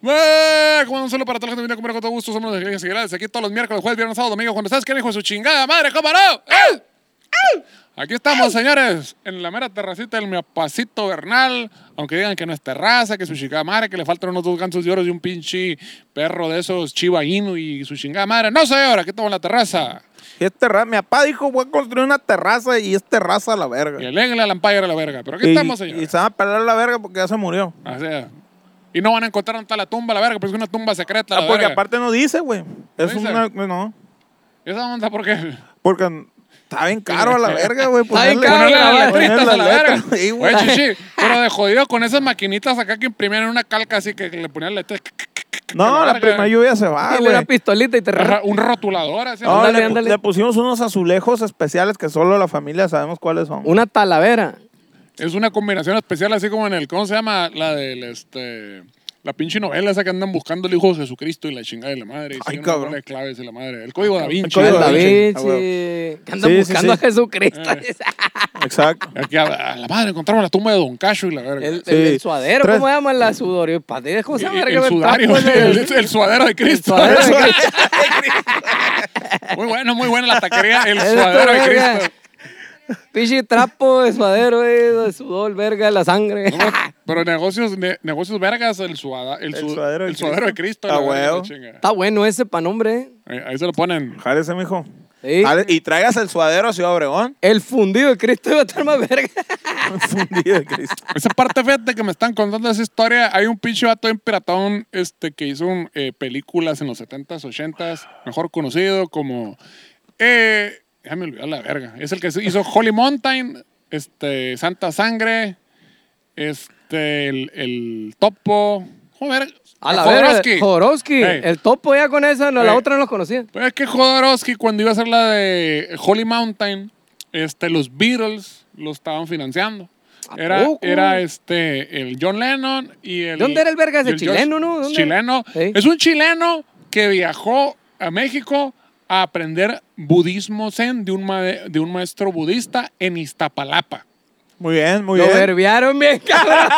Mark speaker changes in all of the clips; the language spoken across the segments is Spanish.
Speaker 1: ¡Bah! Como ¡Eh! un solo para toda la gente viene a comer con todo gusto. Somos los Alegrías y Gracias. Aquí todos los miércoles, jueves, viernes, sábado, domingo. Cuando ustedes quieran, hijo de su chingada madre, ¿cómo no? ¡Ah! Aquí estamos, señores, en la mera terracita del miapacito Bernal. Aunque digan que no es terraza, que su chingada madre, que le faltan unos dos gansos de oro y un pinche perro de esos chiva inu y su chingada madre. No, señora, aquí estamos en la terraza.
Speaker 2: Y es terraza. Mi papá dijo, voy a construir una terraza y es terraza a la verga.
Speaker 1: Y alegre a la Empire a la verga. Pero aquí
Speaker 2: Y-
Speaker 1: estamos,
Speaker 2: Y
Speaker 1: señores.
Speaker 2: se van a pelar la verga porque ya se murió.
Speaker 1: O sea, y no van a encontrar hasta la tumba, la verga, porque es una tumba secreta. La
Speaker 2: Ah, porque
Speaker 1: verga.
Speaker 2: aparte no dice, güey. Es
Speaker 1: dice?
Speaker 2: una. No.
Speaker 1: Esa onda porque...
Speaker 2: Porque está bien caro a la verga, güey.
Speaker 3: Está bien
Speaker 2: ponerle-
Speaker 3: caro,
Speaker 1: Ponerle
Speaker 3: la
Speaker 1: las
Speaker 3: verga.
Speaker 1: letritas a la
Speaker 2: letra,
Speaker 1: verga.
Speaker 2: sí, güey.
Speaker 1: Oye, chichi, pero de jodido con esas maquinitas acá que imprimían en una calca así que que le ponían letras.
Speaker 2: No, la,
Speaker 1: verga.
Speaker 2: primera lluvia se va,
Speaker 3: Y
Speaker 2: Ah, güey.
Speaker 3: una pistolita y te
Speaker 1: Ajá, Un rotulador así.
Speaker 2: No,
Speaker 1: ¿no?
Speaker 3: Ándale,
Speaker 2: le, pu-
Speaker 3: ándale.
Speaker 2: le pusimos unos azulejos especiales que solo la familia sabemos cuáles son.
Speaker 3: Una talavera.
Speaker 1: Es una combinación especial así como en el, ¿cómo se llama? La del, este, la pinche novela esa que andan buscando el hijo de Jesucristo y la chingada de la madre. y
Speaker 2: Ay,
Speaker 1: siguen una
Speaker 2: cabrón.
Speaker 1: bola de claves de la madre. El código da Vinci.
Speaker 2: Código
Speaker 3: Al
Speaker 2: da
Speaker 3: Da
Speaker 2: Vinci.
Speaker 3: Vinci.
Speaker 2: Ah,
Speaker 3: Que andan
Speaker 2: Sí, sí,
Speaker 3: buscando
Speaker 2: sí.
Speaker 3: a Jesucristo.
Speaker 2: Exacto.
Speaker 1: Aquí a, a la madre encontramos la tumba de Don Cacho y la verga. El,
Speaker 3: El, el- el
Speaker 2: Sí.
Speaker 3: suadero,
Speaker 2: Tres-
Speaker 3: ¿cómo se llama? La sudorio. Patillas, ¿cómo se llama?
Speaker 1: el
Speaker 3: Verga, me
Speaker 1: sudario,
Speaker 3: tapo
Speaker 1: el,
Speaker 3: en el-
Speaker 1: el sudadero de
Speaker 3: el
Speaker 1: Cristo.
Speaker 3: suadero de Cristo.
Speaker 1: Muy bueno, muy buena la taquería, el
Speaker 3: Esta
Speaker 1: sudadero de
Speaker 3: verga.
Speaker 1: Cristo.
Speaker 3: Pinche trapo de suadero, eh, de sudor, verga, la sangre.
Speaker 1: No, Pero negocios, ne- negocios vergas, el, suada, el, su- el suadero, de Cristo.
Speaker 2: Ah,
Speaker 1: la verga,
Speaker 2: huevo.
Speaker 1: la chinga.
Speaker 3: Está bueno ese pa' nombre. eh.
Speaker 1: Ahí, ahí se lo ponen.
Speaker 2: Jálese, mijo.
Speaker 3: Sí.
Speaker 2: Jale- y traigas el suadero a Ciudad Obregón.
Speaker 3: El fundido de Cristo iba a estar más verga.
Speaker 2: Fundido de Cristo.
Speaker 1: Esa parte fíjate que me están contando esa historia. Hay un pinche vato en piratón este, que hizo un, eh, películas en los 70s, 80s, mejor conocido como. Eh, ya me olvidó la verga. Es el que hizo Holy Mountain, este, Santa Sangre, este, el, el Topo. Joder,
Speaker 3: A la verga.
Speaker 1: Jodorowsky.
Speaker 3: Jodorowsky.
Speaker 1: Ey.
Speaker 3: El topo ya con esa, no, la
Speaker 1: Ey.
Speaker 3: otra no los conocía.
Speaker 1: Pero Pues es que Jodorowsky, cuando iba a hacer la de Holy Mountain, este, los Beatles lo estaban financiando.
Speaker 3: ¿A
Speaker 1: Era,
Speaker 3: poco?
Speaker 1: era este, el John Lennon y el.
Speaker 3: ¿Dónde era el verga ese?
Speaker 1: y George-
Speaker 3: ¿Chileno, no? ¿Dónde era?
Speaker 1: Chileno.
Speaker 3: Sí.
Speaker 1: Es un chileno que viajó a México a aprender budismo zen de un, ma- de un maestro budista en Iztapalapa.
Speaker 2: Muy bien, muy
Speaker 3: Lo
Speaker 2: bien.
Speaker 3: verbiaron bien, cabrón.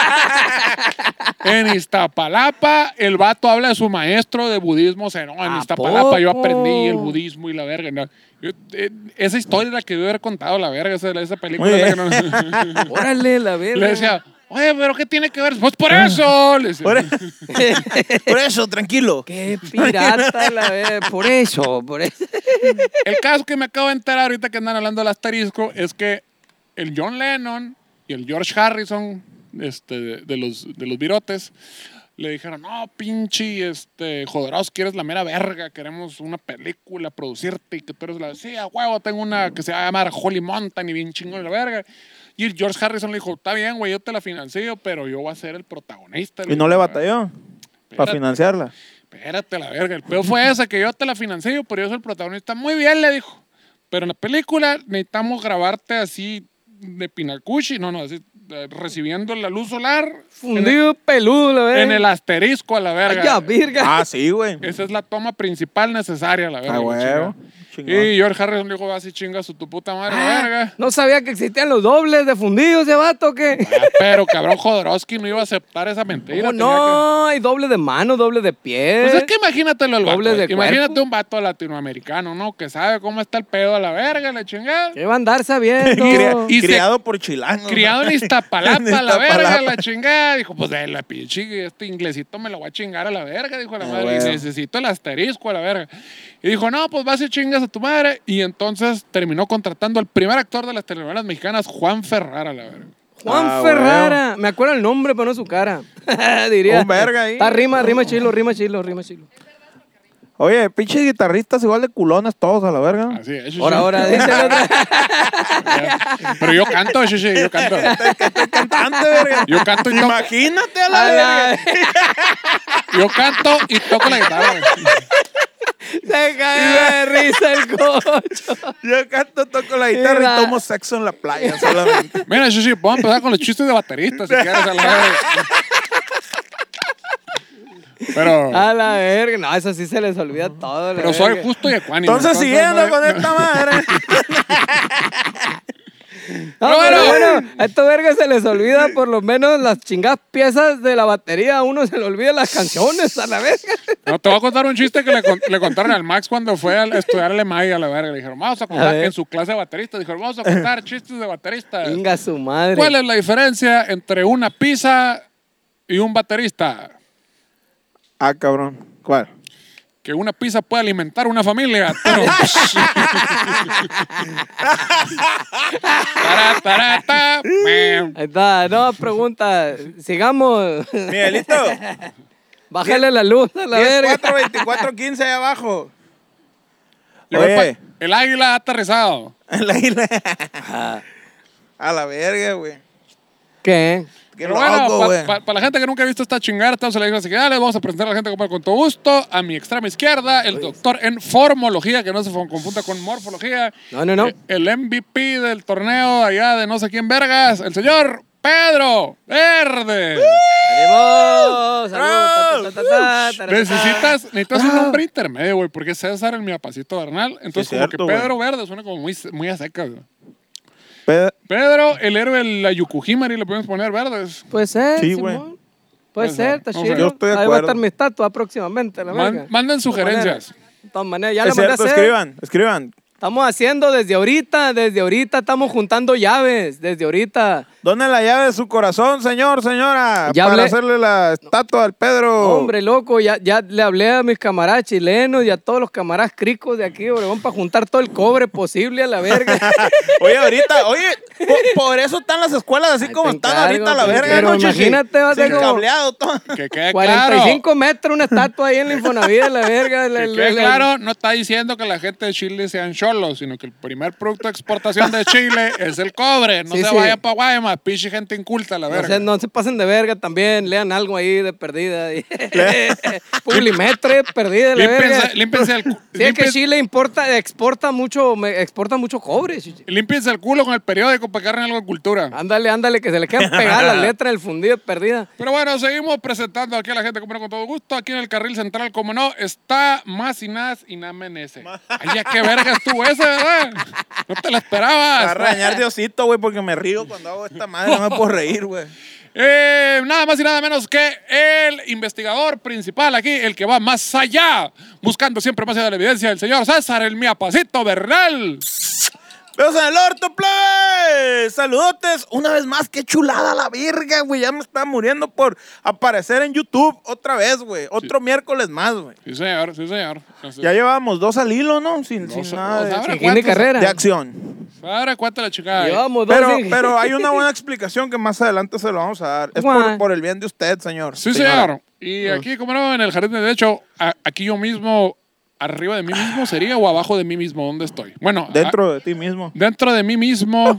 Speaker 1: En Iztapalapa, el vato habla de su maestro de budismo. o sea, no, en
Speaker 3: ¿A
Speaker 1: Iztapalapa yo
Speaker 3: poco?
Speaker 1: aprendí el budismo y la verga. no. Yo, eh, esa historia es la que debe haber contado la verga, esa, esa película.
Speaker 2: Muy
Speaker 1: es la que no-
Speaker 3: Órale, la verga.
Speaker 1: le decía, oye, pero ¿qué tiene que ver? Pues por eso. Le decía.
Speaker 2: Por, e-, por eso, tranquilo.
Speaker 3: Qué pirata la verga. Por eso, por eso.
Speaker 1: El caso que me acabo de enterar ahorita que andan hablando del asterisco es que el John Lennon y el George Harrison este, de, de los, de los virotes le dijeron, no, pinche, este, Jodorowsky, eres la mera verga, queremos una película, producirte y que tú eres la... Sí, a huevo, tengo una que se va a llamar Holy Mountain y bien chingo de la verga. Y el George Harrison le dijo, está bien, güey, yo te la financio, pero yo voy a ser el protagonista.
Speaker 2: Y no le batalló para
Speaker 1: Espérate.
Speaker 2: financiarla.
Speaker 1: Espérate la verga, el peor fue ese que yo te la financié, pero yo soy el protagonista. Muy bien, le dijo. Pero en la película necesitamos grabarte así de pinacuchi, no, no, así eh, recibiendo la luz solar
Speaker 3: Fundido peludo, la verga.
Speaker 1: en el asterisco a la
Speaker 3: Ay,
Speaker 1: verga.
Speaker 3: ya, virga.
Speaker 2: Ah, sí, güey.
Speaker 1: Esa es la toma principal necesaria, la
Speaker 3: Ah,
Speaker 1: verga.
Speaker 2: A
Speaker 1: la
Speaker 2: huevo.
Speaker 1: chingada.
Speaker 2: Chingón.
Speaker 1: Y George Harrison dijo, así chingas a tu puta madre, la verga.
Speaker 3: Ah, No sabía que existían los dobles de fundido ese vato, ¿qué?
Speaker 1: Ah, Pero cabrón Jodorowsky no iba a aceptar esa mentira.
Speaker 3: ¿Cómo
Speaker 1: tenía que-
Speaker 3: no? Hay doble de mano, doble de pie.
Speaker 1: Pues es que imagínatelo el vato.
Speaker 3: Doble de
Speaker 1: güey. Imagínate
Speaker 3: cuerpo.
Speaker 1: un vato latinoamericano, ¿no? Que sabe cómo está el pedo a la verga, la chingada.
Speaker 3: ¿Qué va a andar sabiendo?
Speaker 2: Cria-
Speaker 1: Y se-
Speaker 2: criado por chilangos.
Speaker 1: Criado en
Speaker 2: güey. En
Speaker 1: Iztapalapa, la verga,
Speaker 2: Iztapalapa.
Speaker 1: la chingada. Dijo, pues de la pinche, este inglesito me lo voy a chingar a la verga, dijo la
Speaker 2: Ah,
Speaker 1: madre. Y
Speaker 2: bueno.
Speaker 1: necesito el asterisco a la verga. Y dijo, no, pues vas y chingas a tu madre. Y entonces terminó contratando al primer actor de las telenovelas mexicanas, Juan Ferrara, la verga.
Speaker 3: Juan
Speaker 2: Ah,
Speaker 3: Ferrara. Me acuerdo el nombre, pero no su cara. Diría.
Speaker 2: Un verga ahí.
Speaker 3: Está rima, rima chilo, rima chilo, rima chilo.
Speaker 2: Oye, pinches guitarristas igual de culones todos a la verga.
Speaker 1: Así es.
Speaker 3: Ahora,
Speaker 1: sí.
Speaker 3: ahora, dice el otro.
Speaker 1: Pero yo canto, sí, sí, yo canto.
Speaker 2: Cantante, verga.
Speaker 1: Yo canto y toco,
Speaker 2: Imagínate a la
Speaker 3: A
Speaker 2: verga.
Speaker 3: la-
Speaker 1: yo canto y toco la guitarra.
Speaker 3: Se cae de risa el cocho.
Speaker 2: Yo canto, toco la guitarra
Speaker 3: Mira.
Speaker 2: y tomo sexo en la playa solamente.
Speaker 1: Mira, sí, sí, vamos a empezar con los chistes de baterista, si quieres, a la verga. Pero...
Speaker 3: A Ah, la verga. No, eso sí se les olvida todo. la
Speaker 1: Pero soy
Speaker 3: verga.
Speaker 1: justo y ecuánime.
Speaker 2: este Entonces, siguiendo
Speaker 1: no-
Speaker 2: con esta madre.
Speaker 3: No,
Speaker 1: Pero
Speaker 3: pero
Speaker 1: bueno.
Speaker 3: bueno, a estos vergas se les olvida por lo menos las chingadas piezas de la batería. A uno se le olvida las canciones a la verga.
Speaker 1: No, te voy a contar un chiste que le, con- le contaron al Max cuando fue a estudiar alemán y a la verga. Le dijeron, vamos a
Speaker 3: A
Speaker 1: contar
Speaker 3: ver.
Speaker 1: en su clase de baterista. Dijeron, vamos a contar chistes de baterista.
Speaker 3: Venga su madre.
Speaker 1: ¿Cuál es la diferencia entre una pizza y un baterista?
Speaker 2: Ah, cabrón. ¿Cuál?
Speaker 1: Que una pizza puede alimentar una familia. Pero- Tará, tará, tá. Mem.
Speaker 3: Ahí está, no, pregunta. Sigamos.
Speaker 2: Miguelito,
Speaker 3: Bájale la luz a la
Speaker 2: 10,
Speaker 3: verga.
Speaker 2: 4, 24, 15 ahí abajo.
Speaker 1: Llegó el
Speaker 2: Oye.
Speaker 1: pa- El águila ha aterrizado.
Speaker 2: En la isla. A la verga, güey.
Speaker 3: ¿Qué?
Speaker 2: Qué
Speaker 1: Pero bueno,
Speaker 2: loco, güey.
Speaker 1: para la gente que nunca ha visto esta chingada, estamos en la iglesia que dale, vamos a presentar a la gente como con todo gusto. A mi extrema izquierda, el doctor en formología, que no se fon- confunda con morfología.
Speaker 3: No, no, no.
Speaker 1: Eh, El MVP del torneo allá de no sé quién vergas, el señor Pedro Verde.
Speaker 3: ¡Salimos! ¡Saludos! ta, ta, ta, ta, ta, ta, ta.
Speaker 1: Necesitas, necesitas
Speaker 3: Ah.
Speaker 1: un nombre intermedio, güey, porque César el mi papacito Bernal. Entonces,
Speaker 2: Sí,
Speaker 1: como
Speaker 2: cierto,
Speaker 1: que
Speaker 2: güey.
Speaker 1: Pedro Verde suena como muy, muy a secas. güey.
Speaker 2: Pe-
Speaker 1: Pedro, el héroe de la Yukuhimari, le podemos poner verdes.
Speaker 3: Puede ser,
Speaker 2: Sí,
Speaker 3: Simón.
Speaker 2: güey.
Speaker 3: Puede
Speaker 1: Puede
Speaker 3: ser,
Speaker 1: ser.
Speaker 3: está
Speaker 1: Vamos a
Speaker 3: chido.
Speaker 1: ver.
Speaker 2: Yo estoy de
Speaker 3: Ahí va a
Speaker 2: acuerdo.
Speaker 3: estar mi estatua próximamente, la
Speaker 1: Man-
Speaker 3: verga.
Speaker 1: manden
Speaker 3: De todas
Speaker 1: sugerencias.
Speaker 3: maneras. De todas maneras, ya la
Speaker 2: es
Speaker 3: mandé a
Speaker 2: cierto,
Speaker 3: hacer.
Speaker 2: escriban, escriban.
Speaker 3: Estamos haciendo desde ahorita, desde ahorita estamos juntando llaves, desde ahorita.
Speaker 2: Donen la llave de su corazón, señor, señora,
Speaker 3: Ya
Speaker 2: para
Speaker 3: hablé-
Speaker 2: hacerle la estatua al Pedro.
Speaker 3: Hombre, loco, ya, ya le hablé a mis camaradas chilenos y a todos los camaradas cricos de aquí, Obregón, para juntar todo el cobre posible a la verga.
Speaker 1: Eh,
Speaker 2: Oye, ahorita, oye, po- por eso están las escuelas así
Speaker 3: Ay,
Speaker 2: como
Speaker 3: te
Speaker 2: están
Speaker 3: encargo,
Speaker 2: ahorita la
Speaker 3: te
Speaker 2: verga,
Speaker 3: encargo.
Speaker 2: ¿no, chichi?
Speaker 3: Imagínate, va a ser
Speaker 2: Sin
Speaker 3: como-
Speaker 2: cableado, todo.
Speaker 1: Que quede
Speaker 3: 45
Speaker 1: claro.
Speaker 3: metros una estatua ahí en la Infonavit a la verga. la-
Speaker 1: Que
Speaker 3: la-
Speaker 1: quede
Speaker 3: la-
Speaker 1: claro, no está diciendo que la gente de Chile sean cholos, sino que el primer producto de exportación de Chile es el cobre. No
Speaker 3: Sí,
Speaker 1: se
Speaker 3: sí.
Speaker 1: vaya para Guaymas, pinche gente inculta, la
Speaker 3: No
Speaker 1: verga.
Speaker 3: se, no se pasen de verga también, lean algo ahí de perdida. y- Publimetre, perdida, la verga.
Speaker 1: límpense, límpense el, cu-
Speaker 3: Sí, es que
Speaker 1: límpense-
Speaker 3: Chile importa, exporta mucho, me- exporta mucho cobre. chichi.
Speaker 1: límpense el culo con el periódico para que agarren algo de cultura.
Speaker 3: Ándale, ándale, que se le quedan pegadas las letras del fundido de perdida.
Speaker 1: Pero bueno, seguimos presentando aquí a la gente como no, con todo gusto. Aquí en el carril central, como no, está más y nada y nada menece. Ay, ya qué verga estuvo esa, ¿verdad? No te la
Speaker 2: Va a
Speaker 1: esperabas.
Speaker 2: regañar Diosito, güey, porque me río cuando hago esta madre, no me puedo reír, güey.
Speaker 1: Eh, nada más y nada menos que el investigador principal aquí, el que va más allá, buscando siempre más allá de la evidencia, el señor César, el miapacito Bernal.
Speaker 2: ¡Veos en el orto, plebe! ¡Saludotes! Una vez más, qué chulada la verga, güey. Ya me está muriendo por aparecer en YouTube otra vez, güey. Otro miércoles más, güey.
Speaker 1: Sí, señor, sí, señor. Entonces,
Speaker 2: Ya llevábamos dos al hilo, ¿no? Sin,
Speaker 1: no
Speaker 2: sin
Speaker 1: sé-
Speaker 2: nada
Speaker 1: no
Speaker 2: de,
Speaker 1: sabrá
Speaker 3: Sin fin de
Speaker 1: cuánto-
Speaker 3: carrera.
Speaker 2: de acción.
Speaker 1: sabrá cuánto la chica hay.
Speaker 3: Llevamos dos.
Speaker 2: Pero,
Speaker 3: sin-
Speaker 2: pero hay una buena explicación que más adelante se lo vamos a dar. Es por,
Speaker 3: Guay.
Speaker 2: por el bien de usted, señor.
Speaker 1: Sí,
Speaker 2: Señora.
Speaker 1: señor. Y aquí, como no, en el jardín de hecho, a- aquí yo mismo, arriba de mí mismo sería o abajo de mí mismo, ¿dónde estoy? Bueno, a-
Speaker 2: Dentro de ti mismo.
Speaker 1: dentro de mí mismo,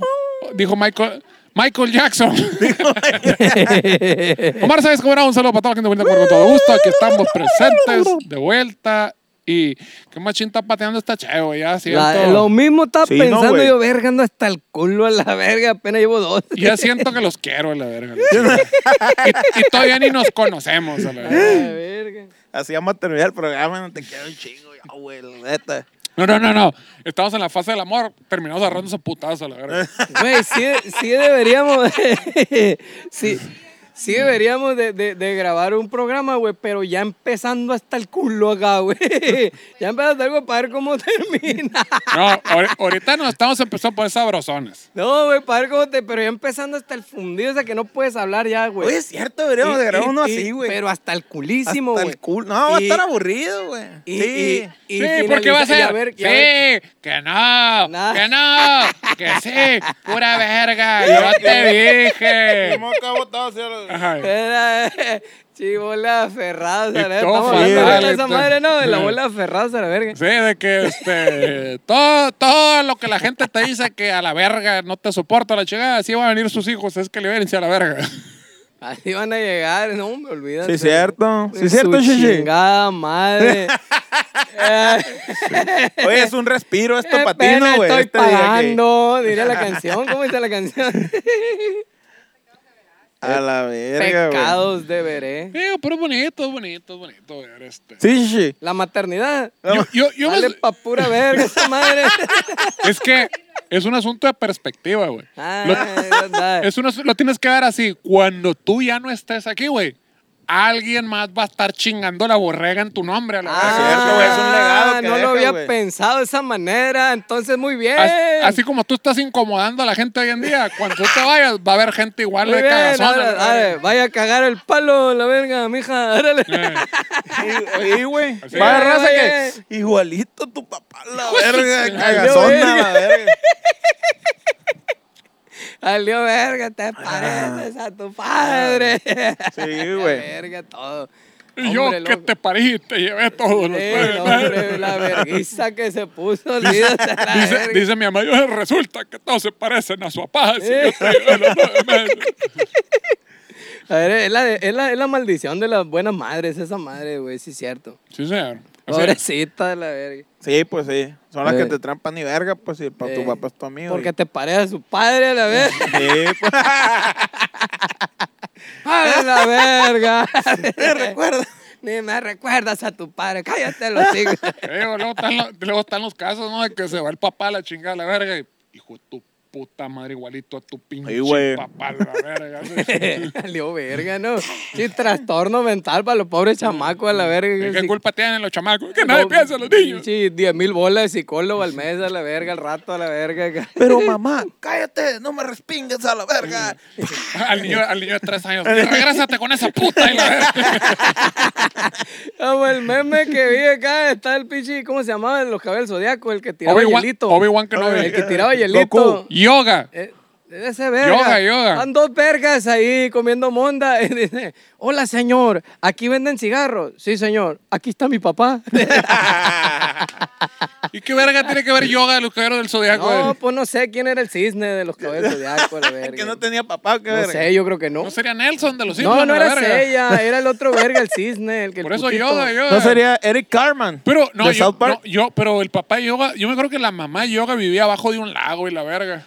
Speaker 1: dijo Michael, Michael Jackson. Omar, ¿sabes cómo era? Un saludo para toda la gente bonita, por con todo gusto. Aquí estamos presentes, de vuelta. Y qué machín está pateando esta cheo, ya siento.
Speaker 3: La- lo mismo estaba
Speaker 2: Sí, no,
Speaker 3: pensando
Speaker 2: güey.
Speaker 3: yo, verga, ando hasta el culo a la verga, apenas llevo dos.
Speaker 1: Ya siento que los quiero, a la verga. y, y todavía ni nos conocemos, a la
Speaker 3: A
Speaker 1: verga.
Speaker 3: la verga.
Speaker 2: Así vamos a terminar el programa. No te quiero un chingo, ya, güey. la neta.
Speaker 1: No, no, no, no. Estamos en la fase del amor, terminamos agarrando esos putazos, a la verga.
Speaker 3: Güey, sí, sí deberíamos. sí, sí deberíamos de, de- de grabar un programa, güey, pero ya empezando hasta el culo acá, güey. Ya empezando algo para ver cómo termina.
Speaker 1: No, ahori- ahorita nos estamos empezando por sabrosones.
Speaker 3: No, güey, para ver cómo te. Pero ya empezando hasta el fundido, o sea que no puedes hablar ya, güey.
Speaker 2: Oye, es cierto, deberíamos
Speaker 3: Pues, Y-
Speaker 2: de grabar
Speaker 3: y-
Speaker 2: uno
Speaker 3: y-
Speaker 2: así, güey.
Speaker 3: Pero hasta el culísimo,
Speaker 2: Hasta
Speaker 3: güey.
Speaker 2: el culo. No, va a
Speaker 3: Y-
Speaker 2: estar aburrido, güey.
Speaker 3: y-
Speaker 2: sí.
Speaker 3: y- y
Speaker 1: sí, porque va a
Speaker 3: finaliza-
Speaker 1: ser.
Speaker 3: y a ver- y
Speaker 1: sí,
Speaker 3: a ver-
Speaker 1: que no,
Speaker 3: Nah.
Speaker 1: que no, que sí, pura verga, yo te
Speaker 3: eh,
Speaker 1: dije. Ajá.
Speaker 3: Era, eh, sí, bola ferrada,
Speaker 1: Y
Speaker 3: la verga.
Speaker 1: todo
Speaker 3: Estamos hablando
Speaker 2: fatal,
Speaker 3: de esa
Speaker 1: esto.
Speaker 3: madre, ¿no? De la
Speaker 1: Sí.
Speaker 3: bola ferrada, la verga.
Speaker 1: Sí, de que este, todo, todo lo que la gente te dice que a la verga no te soporta la chingada, así van a venir sus hijos, es que le vienen a la verga.
Speaker 3: Así van a llegar, no me olvidas.
Speaker 2: Sí, cierto. Sí,
Speaker 3: Su
Speaker 2: cierto, Shishi.
Speaker 3: chingada madre.
Speaker 2: Oye, es un respiro esto
Speaker 3: Qué
Speaker 2: para ti,
Speaker 3: Eh, pena
Speaker 2: ¿no, güey?
Speaker 3: estoy
Speaker 2: Este día que-
Speaker 3: pagando. Diría la canción. ¿Cómo dice la canción?
Speaker 2: A la verga, güey.
Speaker 3: Pecados deberé.
Speaker 1: Eh, pero es bonito, es bonito, es bonito ver este.
Speaker 2: Sí, sí.
Speaker 3: La maternidad.
Speaker 1: Yo, yo, yo me-
Speaker 3: Vale pa' pura verga esta madre.
Speaker 1: es que es un asunto de perspectiva, güey.
Speaker 3: Ah,
Speaker 1: Lo-
Speaker 3: es verdad.
Speaker 1: Es una- lo tienes que ver así. Cuando tú ya no estés aquí, güey, alguien más va a estar chingando la borrega en tu nombre. A la
Speaker 2: Ah,
Speaker 1: verga.
Speaker 2: cierto, güey, es un legado que
Speaker 3: no
Speaker 2: deja,
Speaker 3: lo había
Speaker 2: güey.
Speaker 3: pensado de esa manera, entonces muy bien.
Speaker 1: As- Así como tú estás incomodando a la gente hoy en día, cuando tú te vayas, va a haber gente igual
Speaker 3: Muy
Speaker 1: de
Speaker 3: bien,
Speaker 1: cagazona.
Speaker 3: ahora,
Speaker 1: la
Speaker 3: ay,
Speaker 1: verga.
Speaker 3: vaya a cagar el palo, la verga, mija. Árale.
Speaker 1: Eh,
Speaker 2: Oye, güey.
Speaker 1: Así
Speaker 2: Va a
Speaker 1: es.
Speaker 2: haber raza
Speaker 3: Oye.
Speaker 2: que. Igualito tu papá, la verga.
Speaker 1: chingada.
Speaker 2: Cagazona, la verga.
Speaker 3: Salió verga,
Speaker 1: Ah.
Speaker 3: te pareces a tu padre.
Speaker 2: Sí,
Speaker 3: La
Speaker 2: güey.
Speaker 3: verga, todo.
Speaker 1: Y yo
Speaker 3: Hombre,
Speaker 1: que
Speaker 3: loco.
Speaker 1: te parí, te llevé todos los
Speaker 3: Eh,
Speaker 1: premios.
Speaker 3: no, hombre, la verguiza que se puso. olvídate la
Speaker 1: pues. Dice,
Speaker 3: verga.
Speaker 1: dice mi mamá, "Yo, resulta que todos se parecen a su papá. si yo te llevé los nueve meses".
Speaker 3: A ver, es la, de- es, la, es la maldición de las buenas madres, esa madre, güey, sí es cierto.
Speaker 1: ¿Ah, Sí, señor. Así es.
Speaker 3: Pobrecita de la verga.
Speaker 2: Sí, pues sí. Son las que
Speaker 3: Eh.
Speaker 2: te trampan ni verga, pues si pa-
Speaker 3: Eh,
Speaker 2: tu papá es tu amigo.
Speaker 3: Porque te parece a su padre, a la verga.
Speaker 2: y- Sí, pues.
Speaker 3: ¡Ay, la verga!
Speaker 2: ¿Te recuerdas?
Speaker 3: Ni me recuerdas a tu padre, cállate los hijos.
Speaker 1: Te digo, luego, están los, luego están los casos, ¿no? De que se va el papá a la chingada a la verga. y, hijo de tu puta madre, igualito a tu pinche
Speaker 2: Ay, güey.
Speaker 1: papá a la verga. ¿sí?
Speaker 3: Salió verga, ¿no? Sí, trastorno mental para los pobres chamacos, a la verga.
Speaker 1: ¿Qué
Speaker 3: Sí,
Speaker 1: culpa tienen los chamacos? Que nadie piensa en los niños.
Speaker 3: Sí, 10 mil bolas de psicólogo al mes, a la verga, al rato, a la verga.
Speaker 2: Pero mamá, cállate, no me respingues a la verga.
Speaker 1: Al niño, al niño de tres años. Regrésate con esa puta y la verga.
Speaker 3: Como Ah, el meme que vi acá, está el pichi, ¿cómo se llamaba? Los cabellos zodiacos, el que tiraba
Speaker 1: Obi-Wan
Speaker 3: hielito.
Speaker 1: Obi-Wan
Speaker 3: El que
Speaker 1: Kenobi.
Speaker 3: tiraba hielito.
Speaker 2: Goku.
Speaker 1: Yoga.
Speaker 3: Eh, Ese verga.
Speaker 1: Yoga, yoga.
Speaker 3: Están dos vergas ahí comiendo monda. Y dice, Hola, señor. ¿Aquí venden cigarros? Sí, señor. Aquí está mi papá.
Speaker 1: ¿Y qué verga tiene que ver yoga de los caballeros del zodiaco?
Speaker 3: no,
Speaker 1: No,
Speaker 3: pues no sé quién era el cisne de los cabezas de Aco, la verga.
Speaker 2: que no tenía papá, qué
Speaker 3: No
Speaker 2: verga.
Speaker 3: sé, yo creo que no.
Speaker 1: no sería Nelson de los
Speaker 3: no,
Speaker 1: Simpsons.
Speaker 3: no
Speaker 1: la
Speaker 3: era
Speaker 1: verga.
Speaker 3: ella. Era el otro verga, el cisne. El que el
Speaker 1: Por eso
Speaker 3: putito.
Speaker 1: yoga, yoga.
Speaker 2: No sería Eric Carman.
Speaker 1: Pero no,
Speaker 2: de
Speaker 1: yo,
Speaker 2: South Park.
Speaker 1: no, yo- pero el papá de yoga, yo me acuerdo que la mamá de yoga vivía abajo de un lago y la verga.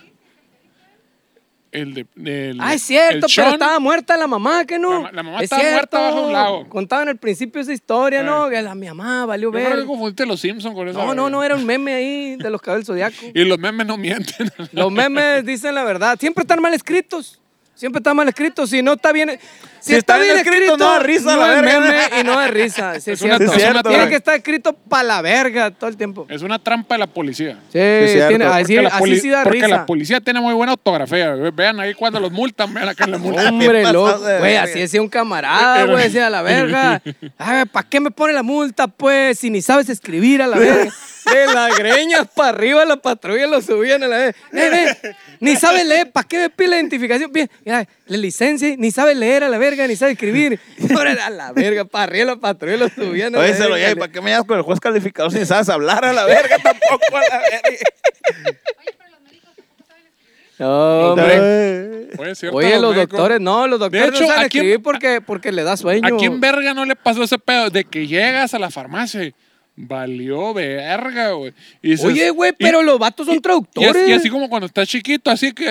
Speaker 1: El de. el-
Speaker 3: Ah, es cierto,
Speaker 1: el
Speaker 3: pero
Speaker 1: Sean,
Speaker 3: estaba muerta la mamá, ¿qué no?
Speaker 1: La ma- la mamá
Speaker 3: Es
Speaker 1: estaba muerta
Speaker 3: cierto.
Speaker 1: bajo un lago. Eh.
Speaker 3: Contaban al principio esa historia, ¿no? Que la mi mamá valió
Speaker 1: Yo creo que
Speaker 3: ver.
Speaker 1: confundiste los Simpsons con esa.
Speaker 3: No, no,
Speaker 1: verga.
Speaker 3: no, era un meme ahí de los cabellos zodiacos.
Speaker 1: Y los memes no mienten.
Speaker 3: Los memes dicen la verdad. Siempre están mal escritos. Siempre están mal escritos. Si no está bien. Si, está, bien escrito,
Speaker 2: no da risa,
Speaker 3: no
Speaker 2: la
Speaker 3: es
Speaker 2: verga.
Speaker 3: meme y no da risa. Sí, es
Speaker 1: Es una-
Speaker 3: cierto.
Speaker 2: es una
Speaker 3: Tiene
Speaker 2: trampa.
Speaker 3: que estar escrito para la verga todo el tiempo. Sí,
Speaker 1: Es una trampa de la policía.
Speaker 2: es cierto.
Speaker 3: tiene-
Speaker 1: Porque
Speaker 3: así,
Speaker 1: la
Speaker 3: así
Speaker 1: poli-
Speaker 3: sí da
Speaker 1: Porque
Speaker 3: risa.
Speaker 1: la policía tiene muy buena ortografía. güey. Vean ahí cuando los multan, vean acá la multa.
Speaker 2: Qué
Speaker 3: Hombre,
Speaker 2: pasado
Speaker 3: loco.
Speaker 2: de
Speaker 3: Güey,
Speaker 2: verga.
Speaker 3: así decía un camarada,
Speaker 1: Pero-
Speaker 3: güey, decía la verga. ¿para qué me pone la multa, pues? Si ni sabes escribir a la verga. De las greñas para arriba la patrulla lo subían a la verga. Eh, eh, ni sabes leer, ¿para qué me pide la identificación? Bien, mira, la licencia, ni sabes leer a la verga, ni sabes escribir. Y ahora a la verga, para arriba la patrulla lo subían a la
Speaker 2: Oye, se lo
Speaker 3: verga.
Speaker 2: lleva, ¿y para qué me llevas con el juez calificador si sabes hablar a la verga tampoco a la verga?
Speaker 3: No, hombre.
Speaker 2: Hombre.
Speaker 1: Oye, ¿cierto?
Speaker 3: Oye, los
Speaker 1: médicos.
Speaker 3: doctores, no, los doctores
Speaker 1: hecho,
Speaker 3: no saben
Speaker 1: ¿a quién-
Speaker 3: escribir porque, porque le da sueño.
Speaker 1: ¿A quién verga no le pasó ese pedo de que llegas a la farmacia? y Valió verga, güey. Y dices-
Speaker 3: Oye, güey,
Speaker 1: y-
Speaker 3: pero los vatos son
Speaker 1: Y,
Speaker 3: traductores.
Speaker 1: as- y así como cuando estás chiquito, así que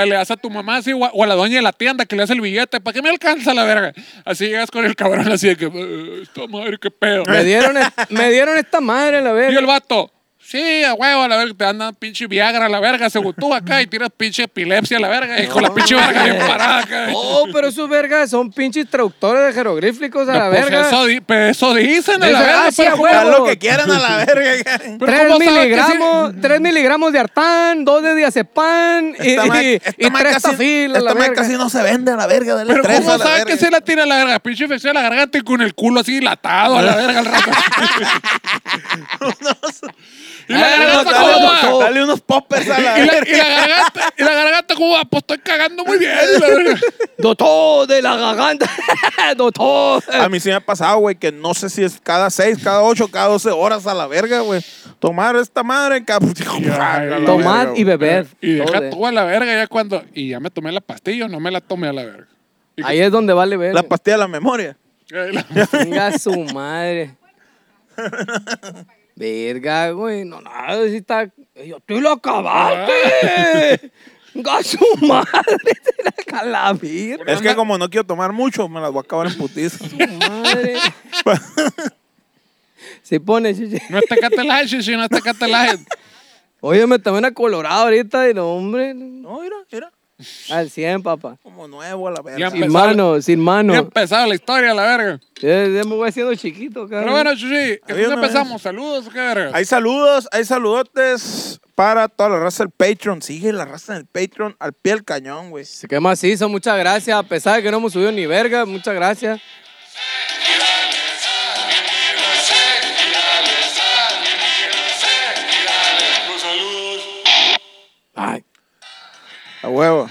Speaker 1: le, le das a tu mamá así, o, a, o a la doña de la tienda que le hace el billete, ¿para qué me alcanza la verga? Así llegas con el cabrón así de que, "Eh, esta madre, qué pedo.
Speaker 3: Me dieron, es- me dieron esta madre, la
Speaker 1: Y el
Speaker 3: verga.
Speaker 1: vato, sí, a huevo, a la verga, te andan pinche Viagra a la verga, según tú acá, y tiras pinche epilepsia a la verga, y con la pinche verga bien parada acá.
Speaker 3: Oh, pero esos vergas son pinches traductores de jeroglíficos a la
Speaker 1: Pues
Speaker 3: verga.
Speaker 1: eso, di- pues eso dicen a la
Speaker 3: Eso-
Speaker 1: verga,
Speaker 3: ah, sí,
Speaker 1: pero
Speaker 3: a
Speaker 1: ¿cómo-
Speaker 3: huevo.
Speaker 2: Haz lo que quieran a la verga.
Speaker 1: pero
Speaker 3: Tres
Speaker 1: ¿cómo saben que sí?
Speaker 3: miligramos, tres miligramos de artán, dos de diazepam y,
Speaker 2: Esta ma-
Speaker 3: y,
Speaker 2: esta
Speaker 3: y
Speaker 2: ma
Speaker 3: tres
Speaker 2: casi-
Speaker 3: tafil a la
Speaker 2: Esta madre
Speaker 3: verga.
Speaker 2: casi no se vende a la verga del
Speaker 1: Pero
Speaker 2: estrés a
Speaker 1: ¿cómo
Speaker 2: la
Speaker 1: saben
Speaker 2: verga.
Speaker 1: que se la tira a la verga? Pinche infección a la garganta y con el culo así dilatado a la verga al rato. y la
Speaker 3: Ah,
Speaker 1: garganta
Speaker 3: no,
Speaker 1: cómo
Speaker 3: no,
Speaker 1: va?
Speaker 3: no.
Speaker 2: Dale unos poppers a la
Speaker 1: Y la,
Speaker 2: verga.
Speaker 1: y la garganta, y la garganta cómo va? Pues estoy cagando muy bien. la verga.
Speaker 3: Doctor de la garganta, doctor.
Speaker 2: A mí sí me ha pasado, güey, que no sé si es cada 6, cada 8, cada 12 horas a la verga, güey. Tomar esta madre, cabrón.
Speaker 3: Tomad y beber.
Speaker 1: Y deja
Speaker 3: Joder.
Speaker 1: tú a la verga ya cuando... Y ya me tomé la pastilla, no me la tomé a la verga. Y
Speaker 3: Ahí es donde vale ver.
Speaker 2: La pastilla de la memoria.
Speaker 1: que- la-
Speaker 3: Venga su madre. Verga, güey. No, nada, si está. Yo estoy lo acabaste. su madre! ¡La calavir!
Speaker 2: Es que como no quiero tomar mucho, me las voy a acabar en putiza.
Speaker 3: ¡Madre! Se pone, chiche.
Speaker 1: No es Tecate Light, Shishi, no es Tecate Light.
Speaker 3: Oye, me tomé una colorada ahorita y no, hombre.
Speaker 2: No, mira, mira.
Speaker 3: Al 100, papá.
Speaker 2: Como nuevo a la verga.
Speaker 1: Ya,
Speaker 2: Sí,
Speaker 1: Empezar-
Speaker 3: Sin mano, sin
Speaker 1: Bien
Speaker 3: mano.
Speaker 1: empezado la historia, la verga.
Speaker 3: Ya, ya me voy haciendo chiquito, cabrón.
Speaker 1: Pero bueno, Shishi,
Speaker 2: Había
Speaker 1: entonces
Speaker 2: una
Speaker 1: empezamos. Saludos, qué verga.
Speaker 2: Hay saludos, hay saludotes para toda la raza del Patreon. Sigue la raza del Patreon al pie del cañón, güey.
Speaker 3: Se quema macizo, muchas gracias. A pesar de que no hemos subido ni verga, muchas gracias. Ay,
Speaker 2: A huevo.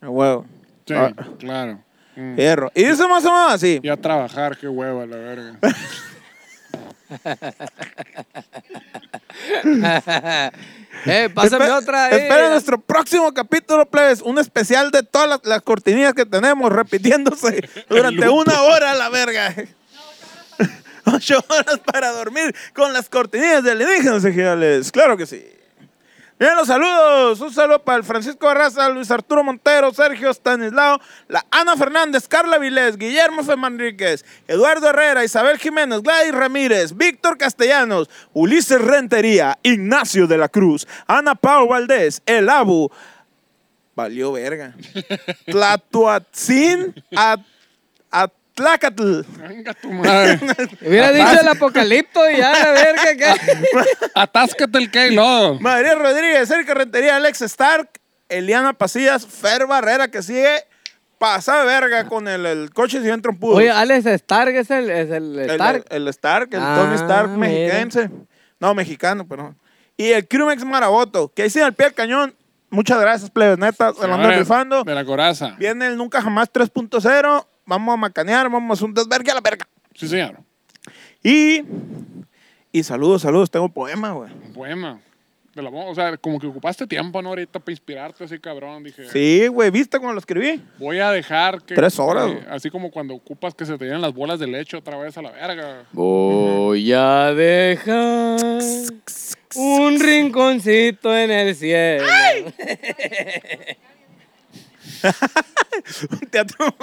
Speaker 2: A huevo.
Speaker 1: Sí,
Speaker 2: Ah,
Speaker 1: claro.
Speaker 2: Fierro. Y dice más o menos así.
Speaker 1: Ya trabajar, qué hueva, la verga.
Speaker 3: eh, pásame
Speaker 2: Espe-
Speaker 3: otra. Eh.
Speaker 2: Espera nuestro próximo capítulo, plebes. Un especial de todas las, las cortinillas que tenemos repitiéndose durante una hora, la verga. Ocho horas para dormir con las cortinillas de alienígenas ejidales. Claro que sí. Bien, los saludos. Un saludo para el Francisco Barraza, Luis Arturo Montero, Sergio Stanislao, la Ana Fernández, Carla Vilés, Guillermo F. Manríquez, Eduardo Herrera, Isabel Jiménez, Gladys Ramírez, Víctor Castellanos, Ulises Rentería, Ignacio de la Cruz, Ana Pau Valdés, El Abu. Valió verga. Tlatuatzin At- Atlacatl.
Speaker 1: Venga tu madre.
Speaker 3: Hubiera dicho el apocalipto y ya, la verga. que-
Speaker 1: Atáscate el que lodo.
Speaker 2: María Rodríguez, Erika Rentería, Alex Stark, Eliana Pasillas, Fer Barrera, que sigue pasada verga con el, el coche sin trompudo.
Speaker 3: Oye, Alex Stark es el, es el
Speaker 2: el
Speaker 3: Stark.
Speaker 2: El, Stark, el
Speaker 3: Ah,
Speaker 2: Tony Stark
Speaker 3: mira.
Speaker 2: mexiquense. No, mexicano, perdón. Y el Crumex Maraboto, que ahí sigue al pie del cañón. Muchas gracias, plebes, neta, se lo andan
Speaker 1: Señores,
Speaker 2: rifando.
Speaker 1: De la coraza.
Speaker 2: Viene el Nunca Jamás 3.0. Vamos a macanear, vamos a un desvergue a la verga.
Speaker 1: Sí, señor.
Speaker 2: Y, y saludos, saludos. Tengo poema, güey.
Speaker 1: Un poema. De la bo- o sea, como que ocupaste tiempo, ¿no? Ahorita para inspirarte así, cabrón. Dije,
Speaker 2: Sí, güey, ¿viste cuando lo escribí?
Speaker 1: voy a dejar que...
Speaker 2: Tres horas,
Speaker 1: que-
Speaker 2: güey.
Speaker 1: así como cuando ocupas que se te llenen las bolas de leche otra vez a la verga.
Speaker 3: Voy a dejar un rinconcito en el cielo.
Speaker 2: Un teatro.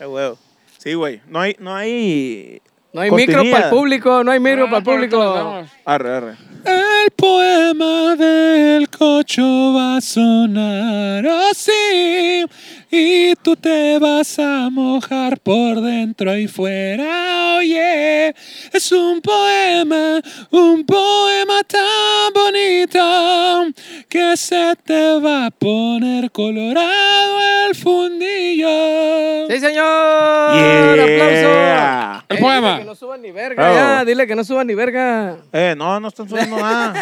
Speaker 2: Eh, huevo. Sí, güey. No hay, no hay.
Speaker 3: No hay
Speaker 2: cortinilla.
Speaker 3: micro para el público, no hay micro
Speaker 1: Ah,
Speaker 3: para el
Speaker 1: pero ahorita nos
Speaker 3: público.
Speaker 1: vemos.
Speaker 2: Arre, arre.
Speaker 1: El poema del cocho va a sonar así y tú te vas a mojar por dentro y fuera. Oye, es un poema, un poema tan bonito que se te va a poner colorado el fundillo.
Speaker 3: Sí, señor.
Speaker 2: Yeah.
Speaker 3: Ah, Aplauso.
Speaker 1: El
Speaker 3: Eh,
Speaker 1: poema.
Speaker 3: Dile que no suban ni verga.
Speaker 2: Bravo.
Speaker 3: Ya, dile que no suban ni verga.
Speaker 2: Eh, no, no están subiendo nada.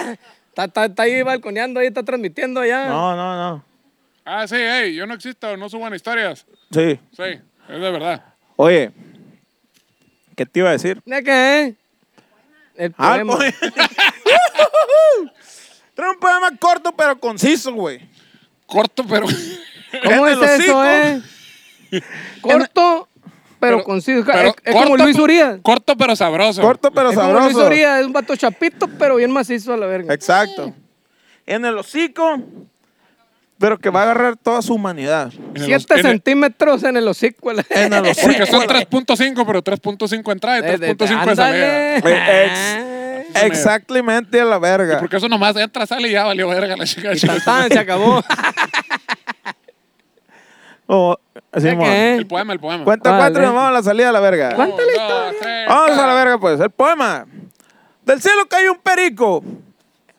Speaker 3: Está, está- está ahí balconeando, ahí está transmitiendo ya.
Speaker 2: No, no, no.
Speaker 1: Ah, sí, hey, yo no existo, no suban historias.
Speaker 2: Sí.
Speaker 1: Sí, es de verdad.
Speaker 2: Oye, ¿qué te iba a decir?
Speaker 3: ¿De qué? eh. El
Speaker 2: Ah,
Speaker 3: poema.
Speaker 1: pues,
Speaker 2: el poema. Trae un poema corto pero conciso, güey.
Speaker 1: Corto, pero...
Speaker 3: ¿Cómo
Speaker 2: en
Speaker 3: es
Speaker 2: el
Speaker 3: eso,
Speaker 2: hocico.
Speaker 3: eh? Corto, pero,
Speaker 1: Pero-
Speaker 3: conciso.
Speaker 1: pero
Speaker 3: es es como
Speaker 1: corto,
Speaker 3: Luis
Speaker 1: pe-
Speaker 3: Urias.
Speaker 1: Corto pero sabroso.
Speaker 2: Corto pero
Speaker 3: Es como Luis
Speaker 2: sabroso.
Speaker 3: Urias, es un vato chapito, pero bien macizo a la verga.
Speaker 2: Exacto. En el hocico, pero que va a agarrar toda su humanidad.
Speaker 1: En el hos-
Speaker 3: 7
Speaker 1: en el-
Speaker 3: centímetros en el hocico. a la-
Speaker 2: En el hocico.
Speaker 1: Porque son 3.5, pero 3.5 entrada y
Speaker 3: Eh, De- de-
Speaker 1: 3.5 de
Speaker 3: ándale.
Speaker 1: salida.
Speaker 2: Eh, ex- exactamente a la verga.
Speaker 1: Porque eso nomás entra, sale y ya valió verga la chica.
Speaker 3: Tan, tan, se acabó.
Speaker 2: Oh, así,
Speaker 3: ¿De
Speaker 2: mon.
Speaker 3: qué?
Speaker 1: El poema, el poema.
Speaker 2: Cuenta
Speaker 3: Vale.
Speaker 2: cuatro y nos vamos a la salida a la verga.
Speaker 3: ¿Cuál? Cuenta la
Speaker 1: Uno, dos,
Speaker 3: historia.
Speaker 1: tres,
Speaker 2: Vamos a la
Speaker 1: cuatro.
Speaker 2: verga, pues. El poema. Del cielo cayó un perico.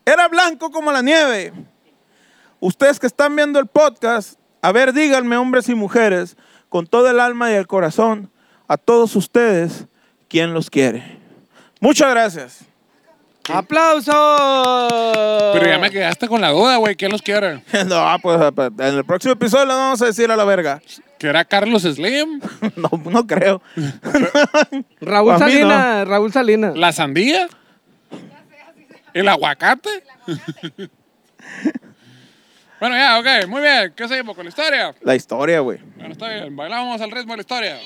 Speaker 2: Era blanco como la nieve. Ustedes que están viendo el podcast, a ver, díganme, hombres y mujeres, con todo el alma y el corazón, a todos ustedes, ¿quién los quiere? Muchas gracias.
Speaker 3: ¡Aplausos!
Speaker 1: Pero ya me quedaste con la duda, güey. ¿Quién los quiere?
Speaker 2: No, pues en el próximo episodio le vamos a decir a la verga.
Speaker 1: ¿Querá Carlos Slim?
Speaker 2: No, no creo.
Speaker 3: Raúl
Speaker 2: A mí no.
Speaker 3: Salinas, Raúl Salinas.
Speaker 1: ¿La sandía? ¿El aguacate? Bueno, ya, ok, muy bien. ¿Qué seguimos con la historia?
Speaker 2: La historia, güey.
Speaker 1: Bueno, está bien, bailamos al ritmo de la historia.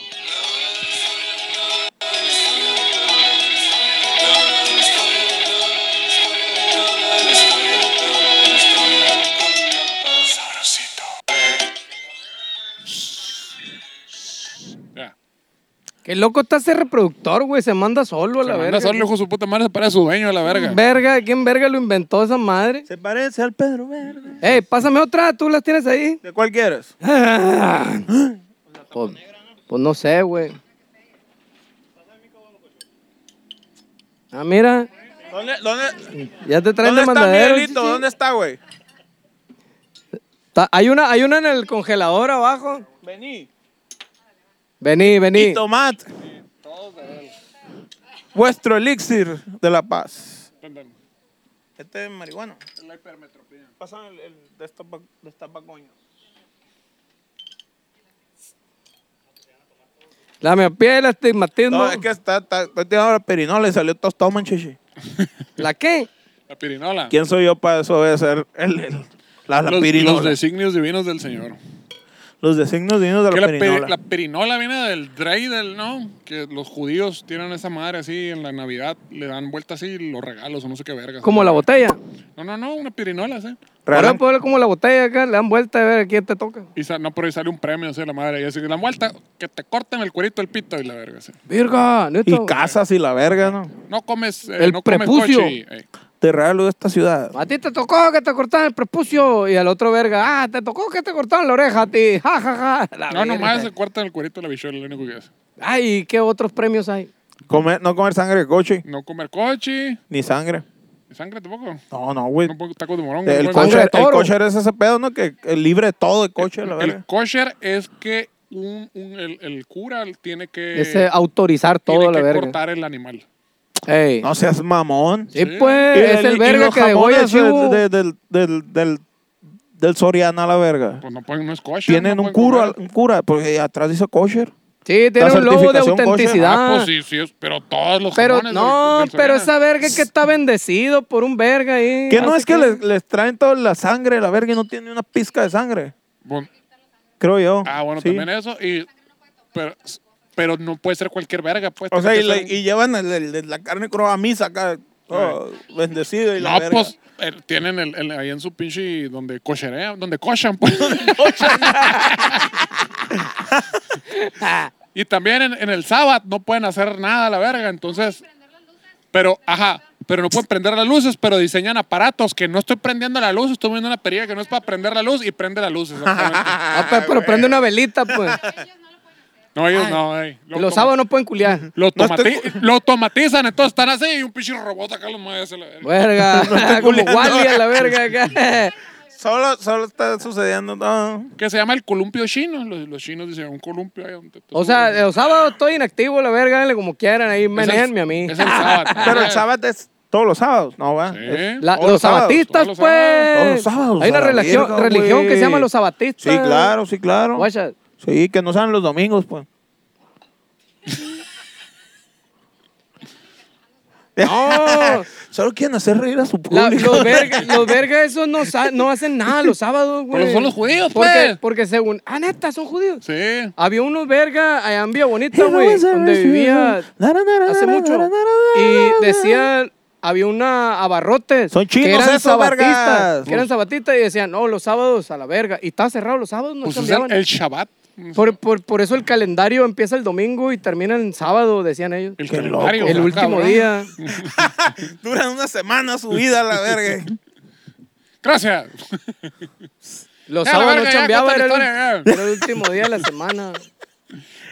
Speaker 3: Qué loco está ese reproductor, güey. Se manda solo a la
Speaker 1: Se manda
Speaker 3: verga. Mm.
Speaker 1: solo, hijo de su puta madre, se parece a su dueño a la verga.
Speaker 3: Verga, ¿quién verga lo inventó esa madre?
Speaker 2: Se parece al Pedro Verde.
Speaker 3: Ey, pásame otra, tú las tienes ahí.
Speaker 2: ¿De cuál quieres?
Speaker 3: Pues, pues no sé, güey. Ah, mira,
Speaker 2: ¿Dónde, dónde,
Speaker 3: ya te traen
Speaker 2: ¿dónde está
Speaker 3: de mandadero.
Speaker 2: Miguelito? ¿Dónde está, güey?
Speaker 3: Ta- Hay una, hay una en el congelador abajo.
Speaker 2: Vení.
Speaker 3: Vení, vení.
Speaker 2: Y Tomat. Vuestro elixir de la paz. Este es marihuana. Pasan el, el destapacoño.
Speaker 3: La miopía y el astigmatismo.
Speaker 2: No, es que está, está, está tirando la perinola y salió tostado manchichi.
Speaker 3: ¿La qué?
Speaker 1: La pirinola.
Speaker 2: ¿Quién soy yo para eso? Voy a ser el, el- la, la
Speaker 1: los,
Speaker 2: pirinola.
Speaker 1: los designios divinos del Señor.
Speaker 2: Los designios divinos de
Speaker 1: Que la,
Speaker 2: la, perinola.
Speaker 1: peri- la pirinola viene del rey del, ¿no? Que los judíos tienen esa madre así en la Navidad, le dan vuelta así y los regalos o no sé qué verga.
Speaker 3: Como la botella.
Speaker 1: No, no, no, una pirinola, sí.
Speaker 2: Regalan-
Speaker 3: Ahora puedo ver como la botella acá, le dan vuelta a ver a quién te toca.
Speaker 1: Y sa- no, pero ahí sale un premio, así, la madre. Y así, la vuelta, que te corten el cuerito el pito y la verga, así.
Speaker 3: Virga,
Speaker 2: y
Speaker 3: neto.
Speaker 2: casas y la verga, ¿no?
Speaker 1: No comes, eh,
Speaker 3: El
Speaker 1: no comes
Speaker 3: prepucio.
Speaker 1: coche. eh.
Speaker 2: Te regalo de esta ciudad.
Speaker 3: A ti te tocó que te cortaron el prepucio y al otro verga, ah, te tocó que te cortaron la oreja a ti, ja, ja, ja.
Speaker 2: Ah,
Speaker 3: La
Speaker 1: No,
Speaker 3: verga.
Speaker 1: nomás se cortan el cuerito de la bichuela, lo único que hace.
Speaker 3: Ay, ¿qué otros premios hay?
Speaker 2: Comer, no comer sangre de coche,
Speaker 1: No comer coche,
Speaker 2: ni sangre.
Speaker 1: ni sangre tampoco.
Speaker 2: No, no, güey.
Speaker 1: No pongo tacos de moronga.
Speaker 2: El
Speaker 1: no pongo-
Speaker 2: coche,
Speaker 3: sangre de
Speaker 2: el
Speaker 3: toro.
Speaker 2: coche es ese pedo, ¿no? Que el libre de todo el coche, la
Speaker 1: El
Speaker 2: verga.
Speaker 1: kosher es que un, un- el, el cura tiene que,
Speaker 3: Ese autorizar
Speaker 1: Eh, tiene
Speaker 3: todo la
Speaker 1: que
Speaker 3: verga.
Speaker 1: cortar el animal.
Speaker 3: Ey.
Speaker 2: No seas mamón.
Speaker 3: sí,
Speaker 1: sí.
Speaker 3: pues,
Speaker 2: Y
Speaker 3: es el
Speaker 2: y
Speaker 3: verga
Speaker 2: los
Speaker 3: que degolla
Speaker 2: jamones
Speaker 3: así. uh.
Speaker 2: de- de- del, del, del, del Soriana, la verga.
Speaker 1: Pues no, pueden, no es kosher.
Speaker 2: Tienen
Speaker 1: no
Speaker 2: un,
Speaker 1: pueden
Speaker 2: curo,
Speaker 1: comer.
Speaker 2: un cura, porque atrás dice kosher.
Speaker 3: Sí, tiene
Speaker 2: La
Speaker 3: un logo de
Speaker 2: certificación kosher.
Speaker 1: Ah,
Speaker 3: autenticidad.
Speaker 1: pues sí, sí, es- pero todos los
Speaker 3: Pero
Speaker 1: jamones del-
Speaker 3: no,
Speaker 1: del
Speaker 3: pero
Speaker 1: Soriana.
Speaker 3: esa verga es que está bendecido por un verga ahí.
Speaker 2: Que no
Speaker 3: Así
Speaker 2: es que les, les traen toda la sangre, la verga, y no tienen ni una pizca de sangre.
Speaker 1: Bueno,
Speaker 2: Creo yo.
Speaker 1: ah, bueno,
Speaker 2: Sí.
Speaker 1: también eso. Y, pero, pero no puede ser cualquier verga, pues.
Speaker 2: O sea,
Speaker 1: tiene que
Speaker 2: y, le-
Speaker 1: ser un-
Speaker 2: y llevan el- el- el- la carne cruda a misa acá, todo bendecido y la
Speaker 1: No,
Speaker 2: verga.
Speaker 1: pues eh, tienen el, el- ahí en su pinche donde cocherean, donde cochan, pues. y también en, en el sábado no pueden hacer nada a la verga, entonces. Pero, ajá, pero no pueden prender las luces, pero diseñan aparatos que no estoy prendiendo la luz, estoy viendo una perilla que no es para prender la luz y prende la luz. exactamente.
Speaker 3: Ah, pues, pero prende una velita, pues.
Speaker 1: no, ellos no, ey. Lo
Speaker 3: Los
Speaker 1: automa-
Speaker 3: sábados no pueden culiar.
Speaker 1: Lo,
Speaker 2: No
Speaker 1: automati-
Speaker 2: estoy
Speaker 1: lo automatizan, entonces están así y un pinche robot acá los mueve. hacia la verga.
Speaker 3: Verga, como
Speaker 2: culiando.
Speaker 3: Wally a la verga acá.
Speaker 2: Solo, solo está sucediendo. No.
Speaker 1: Que se llama el columpio chino. Los, los chinos dicen un columpio. ahí donde te-
Speaker 3: O sea,
Speaker 2: eh,
Speaker 3: los sábados estoy inactivo, la verga, háganle como quieran, ahí
Speaker 1: Pues Es el-
Speaker 3: menenme a mí.
Speaker 1: Es el sábado.
Speaker 2: Pero el sábado es todos los sábados, ¿no? va?
Speaker 1: Sí.
Speaker 2: Es-
Speaker 3: La-
Speaker 2: todos
Speaker 3: los
Speaker 2: sábados,
Speaker 3: sabatistas,
Speaker 1: todos los
Speaker 3: pues.
Speaker 2: Todos los sábados.
Speaker 3: Hay una
Speaker 2: a la
Speaker 3: relación-
Speaker 2: verga,
Speaker 3: religión que se
Speaker 2: güey.
Speaker 3: llama los sabatistas.
Speaker 2: Sí, claro, sí, claro.
Speaker 3: Guacha.
Speaker 2: Sí, que no salen los domingos, pues.
Speaker 3: No.
Speaker 2: Solo quieren hacer reír a su
Speaker 3: La-
Speaker 2: público.
Speaker 3: los vergas los verga esos no, sa- no hacen nada los sábados, güey.
Speaker 1: Pero son los judíos,
Speaker 3: porque,
Speaker 1: pues.
Speaker 3: Porque según... Ah, neta, son judíos.
Speaker 1: Sí.
Speaker 3: Había unos verga allá en Villa Bonita, güey, donde vivía hace mucho. Y decían... Había una abarrotes.
Speaker 2: Son chinos
Speaker 3: que eran
Speaker 2: esos, vergas.
Speaker 3: sabatistas. Que eran sabatistas y decían, no, los sábados a la verga. Y estaba cerrado los sábados, no
Speaker 1: Pues es
Speaker 3: cambiaban.
Speaker 1: el, el Shabbat.
Speaker 3: Por, por- por eso el calendario empieza el domingo y termina el sábado, decían ellos.
Speaker 1: El
Speaker 2: Qué
Speaker 1: calendario.
Speaker 2: loco.
Speaker 3: El
Speaker 1: está
Speaker 3: último
Speaker 1: cabrón.
Speaker 3: día.
Speaker 2: Duran una semana su vida, la verga.
Speaker 1: Gracias.
Speaker 3: Los
Speaker 1: Ya, Ah, la
Speaker 3: sábados
Speaker 1: verga,
Speaker 3: no
Speaker 1: ya, cuenta
Speaker 3: chambeaban,
Speaker 1: la
Speaker 3: era, el-
Speaker 1: historia,
Speaker 3: era el último día de la semana.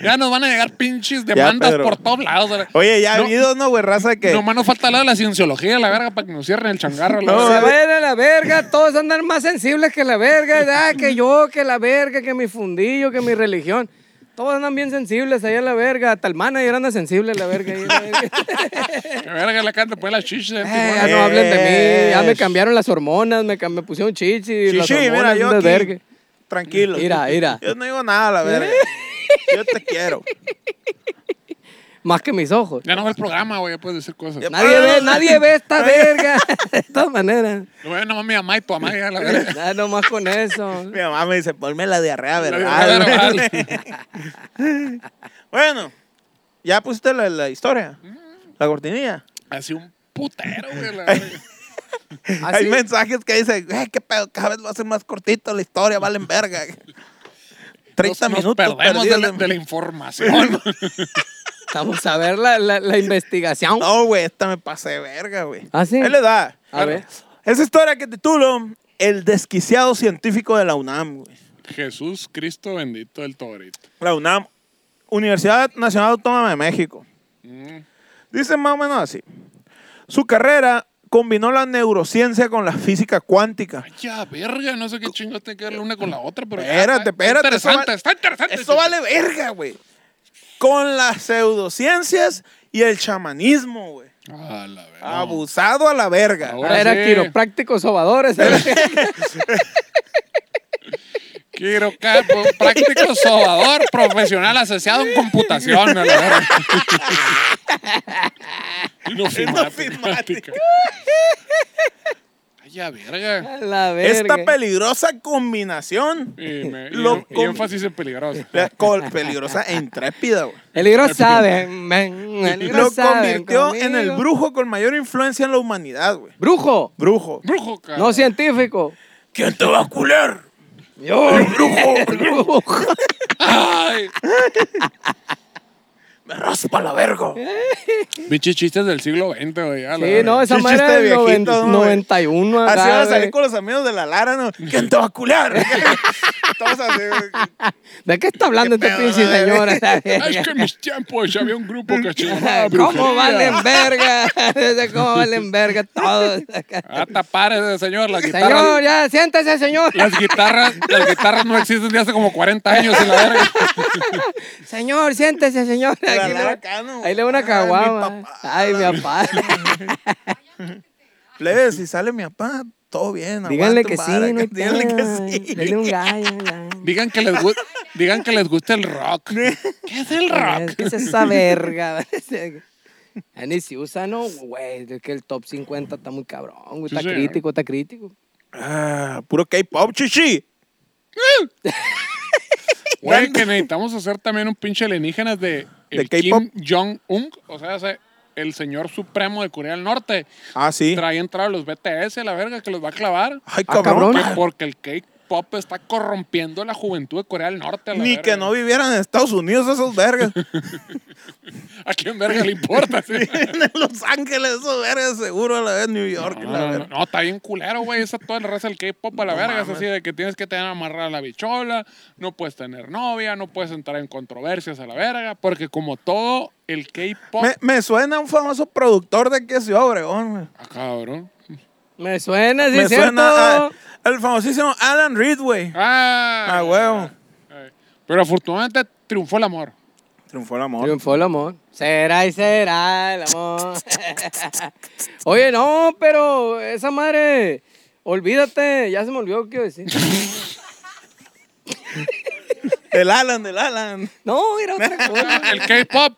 Speaker 1: Ya nos van a llegar pinches demandas
Speaker 2: Pedro.
Speaker 1: por todos lados.
Speaker 2: Oye, ya ha
Speaker 1: No,
Speaker 2: habido, ¿no, güey? Raza que.
Speaker 1: Nomás nos falta la de la cienciología, la verga, para que nos cierren el changarro. la
Speaker 2: No,
Speaker 1: verga.
Speaker 3: Pues Se
Speaker 2: vale.
Speaker 3: vayan a la verga, todos andan más sensibles que la verga, ah, que yo, que la verga, que mi fundillo, que mi religión. Todos andan bien sensibles ahí a la verga, hasta el manager anda sensible a la verga. ahí, la verga.
Speaker 2: eh.
Speaker 1: Que verga la canta, pues la chicha.
Speaker 3: Eh, ya no hablen de mí, ya me cambiaron las hormonas, me, cam- me pusieron chichi, las
Speaker 2: Chichi, mira,
Speaker 3: hormonas
Speaker 2: yo
Speaker 3: son de
Speaker 2: aquí.
Speaker 3: verga.
Speaker 2: Tranquilo.
Speaker 3: Mira, mira.
Speaker 2: Yo no digo nada, la verga. Yo te quiero.
Speaker 3: Más que mis ojos.
Speaker 1: Ya no ve el programa, güey, ya puedes decir cosas.
Speaker 2: Ya-
Speaker 3: Nadie ve, nadie ve esta verga. De todas maneras.
Speaker 1: Güey, nomás mi mamá y tu mamá, ya la verga.
Speaker 3: Nada nomás con eso.
Speaker 2: Mi mamá me dice, ponme la diarrea,
Speaker 1: diarrea
Speaker 2: ¿verdad? bueno, ya pusiste la, la historia. La cortinilla.
Speaker 1: Así un putero, güey. la verga.
Speaker 2: Hay
Speaker 3: Así,
Speaker 2: mensajes que dicen, "Eh, qué pedo, cada vez va a ser más cortito la historia, valen verga. 30
Speaker 1: Nos- nos
Speaker 2: minutos
Speaker 1: perdemos de
Speaker 2: perdidos
Speaker 1: la,
Speaker 2: de-
Speaker 1: de la información.
Speaker 3: Vamos a ver la, la, la investigación.
Speaker 2: No, güey, esta me pasé verga, güey.
Speaker 3: ¿Ah, sí?
Speaker 2: Él le da.
Speaker 3: A ver.
Speaker 2: Esa historia que titulo El desquiciado científico de la UNAM, güey.
Speaker 1: Jesús Cristo bendito del Torito.
Speaker 2: La UNAM, Universidad Nacional Autónoma de México. Dice más o menos así. Su carrera combinó la neurociencia con la física cuántica.
Speaker 1: Ay, Ya, verga, no sé qué chingos tiene que darle una con la otra, pero. Ah,
Speaker 2: Espérate, espérate. eso
Speaker 1: Interesante,
Speaker 2: va-
Speaker 1: está interesante.
Speaker 2: Eso vale verga, güey. Con las pseudociencias y el chamanismo, güey.
Speaker 1: A Ah, la verga.
Speaker 2: Ah, Abusado a la verga.
Speaker 1: Ahora-
Speaker 3: Era
Speaker 1: sí.
Speaker 3: quiropráctico sobadores. ¿eh? era-
Speaker 1: Quiero ca- práctico sobador profesional asociado en computación. a la verga. Inofimática. Ay, ya, verga.
Speaker 3: A la verga.
Speaker 2: Esta peligrosa combinación.
Speaker 1: Y, me- y-
Speaker 2: Lo
Speaker 1: y
Speaker 2: com-
Speaker 1: énfasis en peligroso.
Speaker 2: la col- peligrosa e intrépida, güey.
Speaker 3: El libro sabe, man. El libro
Speaker 2: Lo
Speaker 3: sabe
Speaker 2: convirtió en el
Speaker 3: conmigo.
Speaker 2: brujo con mayor influencia en la humanidad, güey.
Speaker 3: Brujo,
Speaker 2: Brujo.
Speaker 1: Brujo, cara.
Speaker 3: no científico.
Speaker 2: ¿Quién te va a culer?
Speaker 3: Yo, el brujo.
Speaker 1: Ay.
Speaker 2: Me raspa la verga.
Speaker 3: Eh.
Speaker 1: Pinches chistes del siglo XX, güey. a la
Speaker 3: Sí,
Speaker 1: verga.
Speaker 3: no, esa
Speaker 2: Sí,
Speaker 3: madre
Speaker 2: chiste
Speaker 3: del
Speaker 2: este viejito,
Speaker 3: noven-
Speaker 2: ¿no, güey?
Speaker 3: 91.
Speaker 2: Así
Speaker 3: acá,
Speaker 2: van a salir
Speaker 3: güey.
Speaker 2: con los amigos de la Lara, ¿no? ¿Quién te va a cular? Todos así. güey.
Speaker 3: ¿De qué está hablando este
Speaker 2: pedo,
Speaker 3: pinche
Speaker 2: la verga?
Speaker 3: señor?
Speaker 1: Ay, es que en mis tiempos ya había un grupo que se llamaba
Speaker 3: ¿Cómo
Speaker 1: brujería.
Speaker 3: valen verga? ¿Cómo valen verga todos?
Speaker 1: A tapar ese Ah, eh, señor, la guitarra.
Speaker 3: Señor, ya, siéntese, señor.
Speaker 1: Las guitarras, las guitarras no existen desde hace como 40 años en la verga.
Speaker 3: Señor, siéntese, señor.
Speaker 2: La
Speaker 3: Aquí le-
Speaker 2: Lara Cano.
Speaker 3: Ahí le va una
Speaker 2: Ay, mi
Speaker 3: caguama.
Speaker 2: papá.
Speaker 3: Ay, mi papá.
Speaker 2: Plebe, si sale mi papá, todo bien.
Speaker 3: Díganle
Speaker 2: aguante,
Speaker 3: que sí,
Speaker 2: vara,
Speaker 3: no hay
Speaker 2: Díganle
Speaker 3: pedo.
Speaker 2: que sí.
Speaker 3: Denle un gallo. ya.
Speaker 1: Digan que les, gu- digan que les gusta el rock. ¿Qué es el rock?
Speaker 3: ¿Qué es esa verga? Ya Ni si usa, no, güey. Es que el top 50 está muy cabrón, güey.
Speaker 1: Sí,
Speaker 3: Está
Speaker 1: señor.
Speaker 3: crítico, está crítico.
Speaker 2: Ah, puro K-pop, chichi.
Speaker 1: Güey, que necesitamos hacer también un pinche alienígenas de, el
Speaker 2: ¿De K-pop?
Speaker 1: Kim Jong-un, o sea, ese- el señor supremo de Corea del Norte.
Speaker 2: Ah, sí.
Speaker 1: Trae entrado a los BTS, la verga, que los va a clavar.
Speaker 2: Ay,
Speaker 3: Ah,
Speaker 2: cabrón.
Speaker 3: cabrón.
Speaker 1: Que- porque el K-pop está corrompiendo la juventud de Corea del Norte. a la
Speaker 2: Ni
Speaker 1: verga.
Speaker 2: que no vivieran en Estados Unidos esos vergas.
Speaker 1: ¿A quién verga le importa? sí?
Speaker 2: en Los Ángeles esos vergas, seguro a la vez New York.
Speaker 1: No,
Speaker 2: la
Speaker 1: no,
Speaker 2: verga.
Speaker 1: no, está bien culero, güey. Esa toda la raza del K-pop a la
Speaker 2: No
Speaker 1: verga. Es
Speaker 2: mames.
Speaker 1: así de que tienes que tener amarrada la bichola, no puedes tener novia, no puedes entrar en controversias a la verga. Porque como todo el K-pop.
Speaker 2: Me, me suena un famoso productor de que Ciudad Obregón. güey.
Speaker 1: Ah, cabrón.
Speaker 3: Me suena, sí,
Speaker 2: me
Speaker 3: es cierto.
Speaker 2: suena ah, a- al famosísimo Alan Reed, güey.
Speaker 1: Ah,
Speaker 2: Ah, huevo.
Speaker 1: Ay. Pero afortunadamente triunfó el amor.
Speaker 2: Triunfó el amor.
Speaker 3: Triunfó el amor. Será y será el amor. Oye, no, pero esa madre, olvídate, ya se me olvidó qué iba a decir.
Speaker 2: El Alan, del Alan.
Speaker 3: No, era otra cosa.
Speaker 1: el K-pop.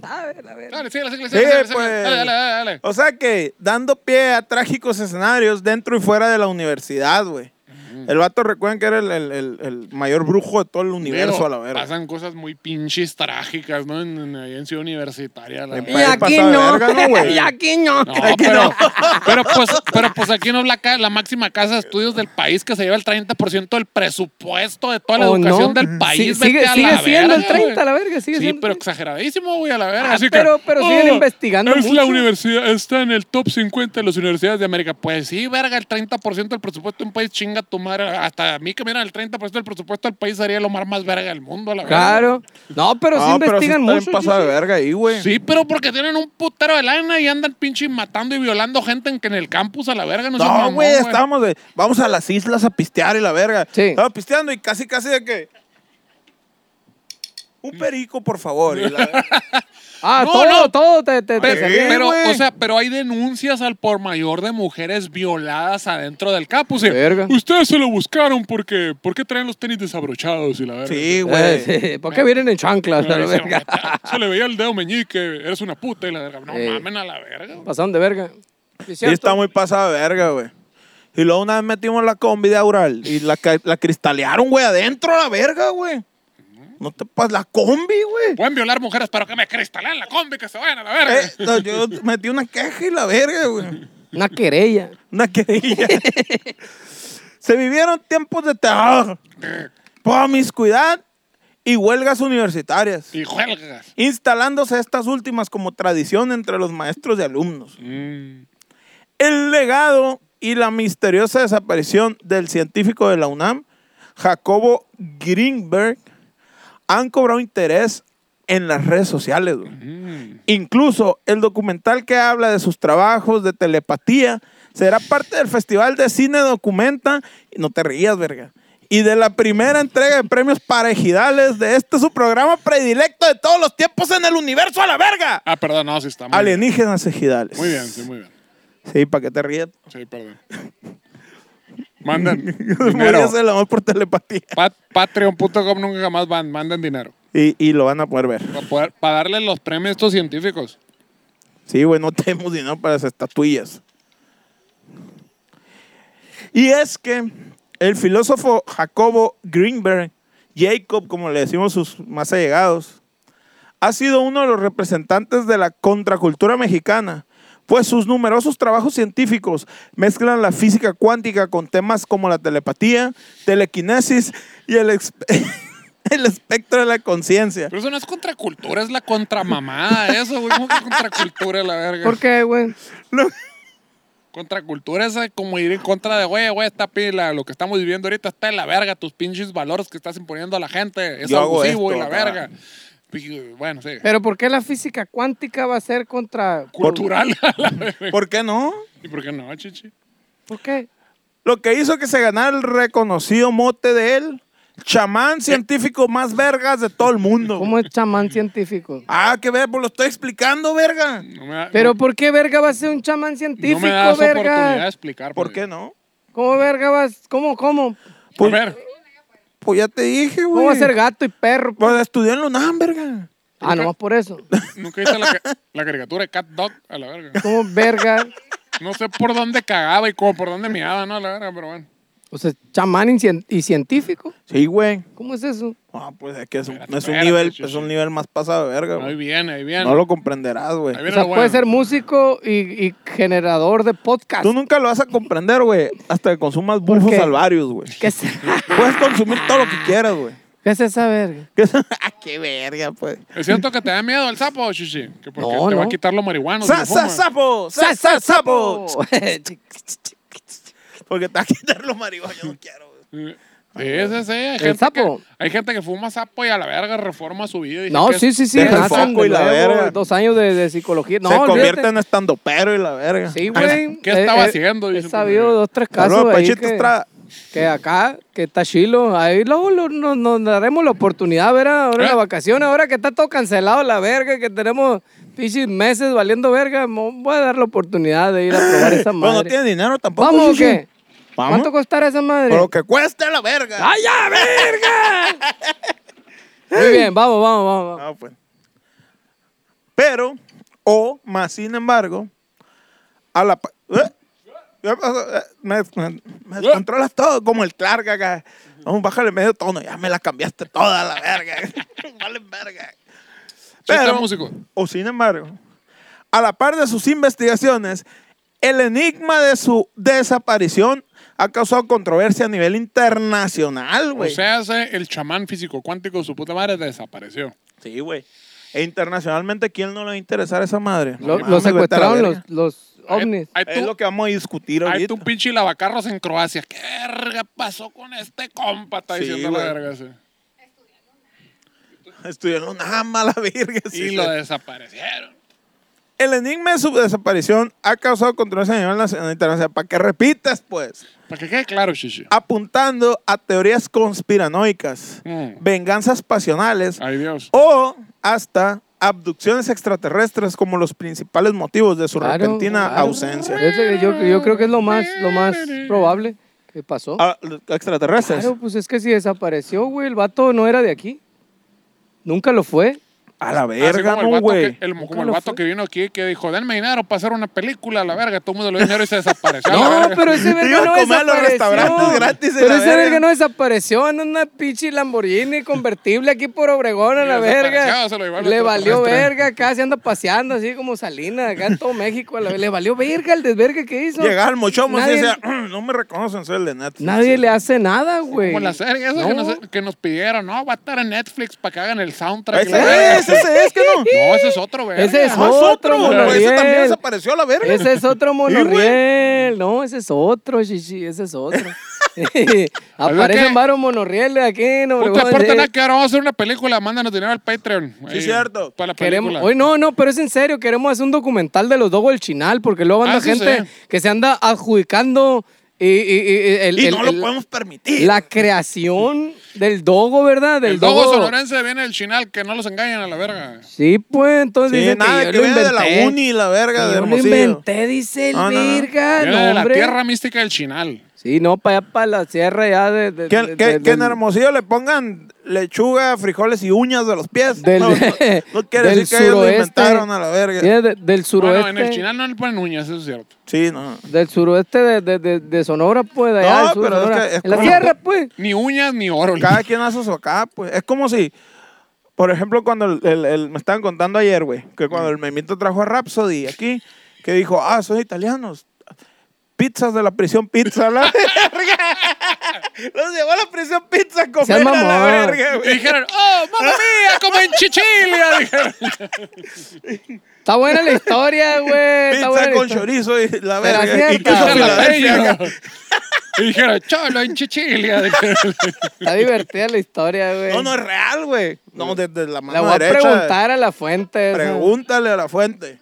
Speaker 3: Sabe, la verga.
Speaker 1: Dale, síguele, síguele,
Speaker 2: Sí,
Speaker 1: síguele, síguele.
Speaker 2: pues.
Speaker 1: Dale, dale, dale. dale.
Speaker 2: O sea que dando pie a trágicos escenarios dentro y fuera de la universidad, güey. El vato recuerden que era el, el- el- el mayor brujo de todo el universo
Speaker 1: Digo,
Speaker 2: a la verga.
Speaker 1: Pasan ciencias muy pinches trágicas, ¿no? En, en, ahí en Ciudad Universitaria. la
Speaker 2: En
Speaker 1: verga.
Speaker 3: Y
Speaker 2: Ahí
Speaker 3: aquí
Speaker 2: pasa de
Speaker 3: no,
Speaker 2: verga, ¿no, güey?
Speaker 3: y aquí pues, no.
Speaker 1: No, pero, pero, pues, pero pues aquí no es la, ca- la máxima casa de estudios del país que se lleva el 30% del presupuesto de toda la
Speaker 3: ¿O Oh, no?
Speaker 1: educación del país. Vete
Speaker 3: Sí, sigue-
Speaker 1: a
Speaker 3: sigue
Speaker 1: la
Speaker 3: siendo el
Speaker 1: verga,
Speaker 3: 30
Speaker 1: güey.
Speaker 3: la verga, sigue
Speaker 1: sí,
Speaker 3: siendo el
Speaker 1: pero
Speaker 3: 30.
Speaker 1: exageradísimo, güey, a la verga.
Speaker 3: Ah,
Speaker 1: Así que, oh,
Speaker 3: pero- pero siguen investigando
Speaker 1: Es la
Speaker 3: mucho.
Speaker 1: universidad, está en el top 50 de las universidades de América. Pues sí, verga, el 30% del presupuesto de un país chinga tu madre. Hasta a mí que miran el 30% del presupuesto del país sería lo más, más verga del mundo, a la verga.
Speaker 3: Claro. No, pero sí
Speaker 2: No, pero sí
Speaker 3: investigan
Speaker 2: está bien
Speaker 3: mucho.
Speaker 2: pasado de
Speaker 3: chico.
Speaker 2: verga ahí, güey.
Speaker 1: Sí, pero porque tienen un putero de lana y andan pinche matando y violando gente en, que en el campus a la verga. No, seas
Speaker 2: No,
Speaker 1: mamón,
Speaker 2: güey, estábamos de. Vamos a las islas a pistear y la verga.
Speaker 3: Sí.
Speaker 2: Estaba pisteando y casi, casi de que. Un perico, por favor. y la verga.
Speaker 3: Ah,
Speaker 1: No,
Speaker 3: todo,
Speaker 1: no.
Speaker 3: todo te, te, te
Speaker 1: Pero,
Speaker 3: salía.
Speaker 1: pero,
Speaker 2: güey.
Speaker 1: o sea, pero hay denuncias al por mayor de mujeres violadas adentro del campus. Y,
Speaker 3: Verga.
Speaker 1: Ustedes se lo buscaron porque, porque traen los tenis desabrochados y la verga.
Speaker 2: sí,
Speaker 3: Eh,
Speaker 2: güey.
Speaker 3: sí, ¿Por qué vienen en chanclas?
Speaker 1: Ay,
Speaker 3: a la
Speaker 1: se,
Speaker 3: verga?
Speaker 1: se le veía el dedo meñique, eres una puta y la verga. No
Speaker 3: Sí.
Speaker 1: mamen a la verga. güey.
Speaker 3: Pasaron de verga.
Speaker 2: Sí, está muy pasada de verga, güey. Y luego una vez metimos la combi de Aural y la, ca- la cristalearon, güey, adentro a la verga, güey. No te pasas la combi, güey.
Speaker 1: Pueden violar mujeres, pero que me cristalen la combi, que se vayan a la verga.
Speaker 2: Eh, no, yo metí una queja y la verga, güey.
Speaker 3: Una querella.
Speaker 2: Una querella. Se vivieron tiempos de terror. Por promiscuidad y huelgas universitarias,
Speaker 1: Y huelgas.
Speaker 2: instalándose estas últimas como tradición entre los maestros y alumnos.
Speaker 1: Mm.
Speaker 2: El legado y la misteriosa desaparición del científico de la UNAM, Jacobo Greenberg, han cobrado interés en las redes sociales. güey.
Speaker 1: Mm.
Speaker 2: Incluso el documental que habla de sus trabajos de telepatía será parte del Festival de Cine Documenta. y No te rías, verga. Y de la primera entrega de premios parejidales de este su programa predilecto de todos los tiempos en el universo a la verga.
Speaker 1: Ah, perdón, no, sí está. Muy bien.
Speaker 2: Alienígenas ejidales.
Speaker 1: Muy bien, sí, muy bien.
Speaker 2: Sí, para que te rías.
Speaker 1: Sí, perdón. Mandan dinero.
Speaker 2: Podrías el Pues amor por telepatía.
Speaker 1: Pat- Patreon.com nunca jamás van. Mandan dinero.
Speaker 2: Y, y lo van a poder ver.
Speaker 1: Para poder pagarle los premios a estos científicos.
Speaker 2: Sí, güey, no tenemos dinero para las estatuillas. Y es que el filósofo Jacobo Greenberg, Jacob, como le decimos sus más allegados, ha sido uno de los representantes de la contracultura mexicana, pues sus numerosos trabajos científicos mezclan la física cuántica con temas como la telepatía, telequinesis y el, exp- el espectro de la conciencia.
Speaker 1: Pero eso no es contracultura, es la contramamada. Eso, güey. ¿Cómo que contracultura, la verga?
Speaker 3: ¿Por qué, güey?
Speaker 1: Contracultura es eh, como ir en contra de, güey, güey, esta pila, lo que estamos viviendo ahorita está en la verga, tus pinches valores que estás imponiendo a la gente, es
Speaker 2: Yo hago
Speaker 1: abusivo
Speaker 2: esto,
Speaker 1: y la
Speaker 2: acá.
Speaker 1: verga. Y, Bueno, sí.
Speaker 3: Pero ¿por qué la física cuántica va a ser contra...
Speaker 1: Cultural. la verga.
Speaker 2: ¿Por qué no?
Speaker 1: ¿Y por qué no, chichi?
Speaker 3: ¿Por qué?
Speaker 2: Lo que hizo que se ganara el reconocido mote de él, chamán científico más vergas de todo el mundo.
Speaker 3: ¿Cómo es chamán científico?
Speaker 2: Ah, que ver, pues lo estoy explicando, verga.
Speaker 1: No me da,
Speaker 3: Pero
Speaker 1: no-
Speaker 3: ¿por qué verga va a ser un chamán científico,
Speaker 1: no me das oportunidad de
Speaker 3: verga?
Speaker 1: explicar.
Speaker 2: ¿Por
Speaker 1: pues.
Speaker 2: qué no?
Speaker 3: ¿Cómo verga vas? ¿Cómo, cómo?
Speaker 2: Pues,
Speaker 1: A ver,
Speaker 2: pues ya te dije, güey.
Speaker 3: ¿Cómo va a ser gato y perro?
Speaker 2: Pues estudié en la UNAM, verga.
Speaker 3: Ah, nomás por eso.
Speaker 1: nunca viste la, ca- la caricatura de Cat Dog a la verga.
Speaker 3: ¿Cómo verga?
Speaker 1: No sé por dónde cagaba y como por dónde miraba, ¿no? A la verga, pero bueno.
Speaker 3: O sea, chamán y, cien- y científico.
Speaker 2: Sí, güey.
Speaker 3: ¿Cómo es eso?
Speaker 2: Ah, pues es que es un,
Speaker 1: Espérate,
Speaker 2: es un
Speaker 1: espérate,
Speaker 2: nivel,
Speaker 1: sí,
Speaker 2: es
Speaker 1: sí.
Speaker 2: un nivel más pasado de verga,
Speaker 1: Ahí
Speaker 2: güey.
Speaker 1: viene, ahí viene.
Speaker 2: No lo comprenderás, güey.
Speaker 1: Ahí
Speaker 3: O
Speaker 1: viene
Speaker 3: sea,
Speaker 1: lo
Speaker 3: puede
Speaker 1: bueno.
Speaker 3: ser músico y, y generador de podcast.
Speaker 2: Tú nunca lo vas a comprender, güey, hasta que consumas bufos
Speaker 3: qué?
Speaker 2: salvarios, güey.
Speaker 3: ¿Qué es,
Speaker 2: Puedes consumir todo lo que quieras, güey.
Speaker 3: ¿Qué es esa verga?
Speaker 2: ¿Qué- ah, qué verga, pues.
Speaker 1: ¿Es cierto que te da miedo el sapo, chichi? Que porque
Speaker 3: No,
Speaker 1: te va a
Speaker 3: no.
Speaker 1: quitar lo marihuano. si
Speaker 2: ¡Sa,
Speaker 1: lo
Speaker 2: sa,
Speaker 1: fumas.
Speaker 2: sapo! ¡Sa, sa, sapo! Porque te va a quitar los marihuana, yo no quiero. güey.
Speaker 1: Sí, sí, sí. Hay gente,
Speaker 3: sapo?
Speaker 1: Que, hay gente que fuma sapo y a la verga reforma su vida. y
Speaker 3: No,
Speaker 1: dice que
Speaker 3: sí,
Speaker 1: es-
Speaker 3: sí, sí.
Speaker 2: Deja el
Speaker 3: nacen
Speaker 2: foco
Speaker 3: de
Speaker 2: y la
Speaker 3: nuevo,
Speaker 2: verga.
Speaker 3: Dos años de, de psicología. No,
Speaker 2: Se convierte
Speaker 3: olvídate.
Speaker 2: en estando pero y la verga.
Speaker 3: Sí, güey.
Speaker 1: ¿Qué estaba
Speaker 3: Eh, eh,
Speaker 1: haciendo?
Speaker 3: He
Speaker 1: Dicen por
Speaker 3: sabido
Speaker 1: ahí.
Speaker 3: dos, tres casos
Speaker 2: Saludos,
Speaker 3: de ahí
Speaker 2: Pachito
Speaker 3: que,
Speaker 2: Estrada.
Speaker 3: que acá, que está chilo. Ahí luego lo- nos, nos daremos la oportunidad, ¿verdad? Ahora en
Speaker 1: ¿Eh?
Speaker 3: las vacaciones, ahora que está todo cancelado la verga, que tenemos pinches meses valiendo verga, mo- voy a dar la oportunidad de ir a probar
Speaker 2: Pero
Speaker 3: esa
Speaker 2: Pues no
Speaker 3: madre.
Speaker 2: tiene dinero tampoco.
Speaker 3: ¿Vamos o
Speaker 2: Chucho.
Speaker 3: qué?
Speaker 2: Vamos.
Speaker 3: ¿Cuánto costará esa madre?
Speaker 2: Pero que cueste la verga.
Speaker 3: ¡Ay, ya, verga! Muy bien, vamos, vamos, vamos. vamos.
Speaker 2: No, pues. Pero, o más sin embargo, a la. pa- ¿Eh? ¿Qué pasó? Eh, Me, me-
Speaker 1: ¿Eh?
Speaker 2: me descontrolas todo, como el Clark acá. Vamos, bájale medio tono, ya me la cambiaste toda la verga. vale verga.
Speaker 1: Chiste
Speaker 2: Pero-
Speaker 1: músico.
Speaker 2: O sin embargo, a la par de sus investigaciones, el enigma de su desaparición ha causado controversia a nivel internacional,
Speaker 1: O
Speaker 2: güey.
Speaker 1: sea, ese- el chamán físico cuántico, su puta madre, desapareció.
Speaker 2: sí, güey. E internacionalmente, ¿quién no le va a interesar a esa madre? No
Speaker 3: Lo-
Speaker 2: mames,
Speaker 3: los
Speaker 2: güey, está la
Speaker 3: secuestraron
Speaker 2: verga.
Speaker 3: los, los ovnis.
Speaker 1: Hay
Speaker 2: Es lo que vamos a discutir ahorita.
Speaker 1: tu pinche lavacarros en Croacia. ¿Qué verga pasó con este compa? Está
Speaker 2: Sí,
Speaker 1: diciendo la
Speaker 2: güey.
Speaker 1: verga. sí.
Speaker 2: Estuvieron nada mala virgen.
Speaker 1: Y lo desaparecieron.
Speaker 2: El enigma de su desaparición ha causado controversia a nivel nacional e internacional. Para que repitas, pues.
Speaker 1: Para que quede claro, chichi.
Speaker 2: Apuntando a teorías conspiranoicas,
Speaker 1: Mm.
Speaker 2: venganzas pasionales
Speaker 1: Ay, Dios.
Speaker 2: o hasta abducciones extraterrestres como los principales motivos de su
Speaker 3: Claro,
Speaker 2: repentina
Speaker 3: claro.
Speaker 2: ausencia.
Speaker 3: Es lo que yo, yo creo que es lo más, lo más probable que pasó.
Speaker 2: Ah, los
Speaker 3: pues
Speaker 2: extraterrestres.
Speaker 3: Claro, pues es que si desapareció, güey, el vato no era de aquí. Nunca lo fue.
Speaker 2: A la
Speaker 1: Así
Speaker 2: verga,
Speaker 1: como el
Speaker 2: no,
Speaker 1: vato,
Speaker 2: güey.
Speaker 1: que, el- como
Speaker 3: Nunca
Speaker 1: el
Speaker 3: lo
Speaker 1: vato
Speaker 3: fue.
Speaker 1: que vino aquí que dijo, denme dinero para hacer una película, a la verga. Todo el mundo le dio dinero y se desapareció. a la
Speaker 3: No,
Speaker 1: verga.
Speaker 3: pero ese verga
Speaker 2: Iba a
Speaker 3: no
Speaker 2: comer a
Speaker 3: desapareció.
Speaker 2: los restaurantes gratis en
Speaker 3: Pero
Speaker 2: la
Speaker 3: ese
Speaker 2: verga.
Speaker 3: verga no desapareció. Anda en una pinche Lamborghini convertible aquí por Obregón a
Speaker 1: Y
Speaker 3: la verga.
Speaker 1: desapareció, se lo llevaron
Speaker 3: Le
Speaker 1: otro
Speaker 3: valió
Speaker 1: terrestre.
Speaker 3: verga. Casi anda paseando así como Salina acá en todo México. a la- Le valió verga el desverga que hizo.
Speaker 2: Llegar al mochomo y
Speaker 3: Nadie-
Speaker 2: decía, "Mm, no me reconocen, soy el de Nat.
Speaker 3: Nadie le hace nada, güey.
Speaker 1: Como la serie esa que,
Speaker 3: No.
Speaker 1: nos, que nos pidieron, no, va a estar en Netflix para que hagan el soundtrack.
Speaker 2: Ahí
Speaker 1: y la
Speaker 2: está,
Speaker 1: verga.
Speaker 2: ese, ese es que no.
Speaker 1: No, ese es otro, güey.
Speaker 3: Ese es
Speaker 2: Ah, es
Speaker 3: Otro
Speaker 2: otro, güey. Ese también
Speaker 3: monorriel.
Speaker 2: desapareció a la verga.
Speaker 3: Ese es otro
Speaker 2: güey.
Speaker 3: monorriel. No, ese es otro, chichi. Ese es otro.
Speaker 1: que-
Speaker 3: Aparecen varios monorrieles aquí en
Speaker 1: Puta,
Speaker 3: Obregón.
Speaker 1: aporta
Speaker 3: eh.
Speaker 1: nada que ahora vamos a hacer una película, mándanos dinero al Patreon.
Speaker 2: Sí,
Speaker 1: Ahí,
Speaker 2: cierto.
Speaker 1: Para la
Speaker 3: Queremos,
Speaker 1: película.
Speaker 3: hoy no, no, pero es en serio, queremos hacer un documental de los Dogo el Chinal, porque luego anda
Speaker 1: Ah, sí,
Speaker 3: gente
Speaker 1: sí.
Speaker 3: que se anda adjudicando eh, y, y- y- y el-
Speaker 2: Y
Speaker 3: el-
Speaker 2: no lo
Speaker 3: el-
Speaker 2: podemos permitir.
Speaker 3: la creación del Dogo, ¿verdad? Del
Speaker 1: el dogo sonorense viene el chinal, que no los engañen a la verga.
Speaker 3: Sí, pues, entonces
Speaker 2: Sí,
Speaker 3: dice
Speaker 2: nada
Speaker 3: que
Speaker 2: que,
Speaker 3: yo lo
Speaker 2: venga de
Speaker 3: inventé.
Speaker 2: la uni, la verga, de
Speaker 3: yo lo
Speaker 2: Hermosillo.
Speaker 3: inventé, dice el
Speaker 2: No, no, no.
Speaker 3: virga,
Speaker 1: Viene
Speaker 3: no,
Speaker 1: de la
Speaker 3: hombre.
Speaker 1: tierra mística del chinal.
Speaker 3: Sí, no, para allá, para la sierra ya de... de-
Speaker 2: Que,
Speaker 3: de-
Speaker 2: que-
Speaker 3: de-
Speaker 2: que en
Speaker 3: del-
Speaker 2: Hermosillo le pongan lechuga, frijoles y uñas de los pies.
Speaker 3: del,
Speaker 2: no, no- no quiere
Speaker 3: del
Speaker 2: decir que ellos lo
Speaker 3: suroeste.
Speaker 2: inventaron a la verga.
Speaker 3: Sí, de- del suroeste.
Speaker 1: Bueno, en el chinal no le ponen uñas, eso es cierto.
Speaker 2: Sí, no.
Speaker 3: Del suroeste de, de, de, de Sonora, pues, de allá
Speaker 2: No,
Speaker 3: del sur de
Speaker 2: pero es
Speaker 3: Sonora.
Speaker 2: que es
Speaker 3: en la
Speaker 2: como-
Speaker 3: sierra, pues.
Speaker 1: Ni uñas ni oro.
Speaker 2: Cada quien hace su acá, pues. Es como si, por ejemplo, cuando el, el- el- me estaban contando ayer, güey, que cuando el memito trajo a Rhapsody aquí, que dijo, ah, son italianos. Pizzas de la prisión pizza, la verga. Los llevó a la prisión pizza a comer a la
Speaker 3: mamón.
Speaker 2: verga,
Speaker 1: Y
Speaker 2: güey.
Speaker 1: dijeron, oh, mamá mía, como en Chichilia. Dijeron.
Speaker 3: Está buena la historia, güey. Está buena
Speaker 2: Pizza
Speaker 3: la
Speaker 2: con
Speaker 3: historia.
Speaker 2: chorizo y la
Speaker 3: Pero así
Speaker 2: verga.
Speaker 3: es, pues,
Speaker 2: Incluso
Speaker 3: cabrón.
Speaker 2: Filadelfia. acá.
Speaker 1: Y dijeron, cholo en Chichilia. dijeron.
Speaker 3: Está divertida la historia, güey.
Speaker 2: No, no es real, güey. No, desde la mano
Speaker 3: La voy a
Speaker 2: derecha.
Speaker 3: preguntar a la fuente. esa.
Speaker 2: Pregúntale a la fuente.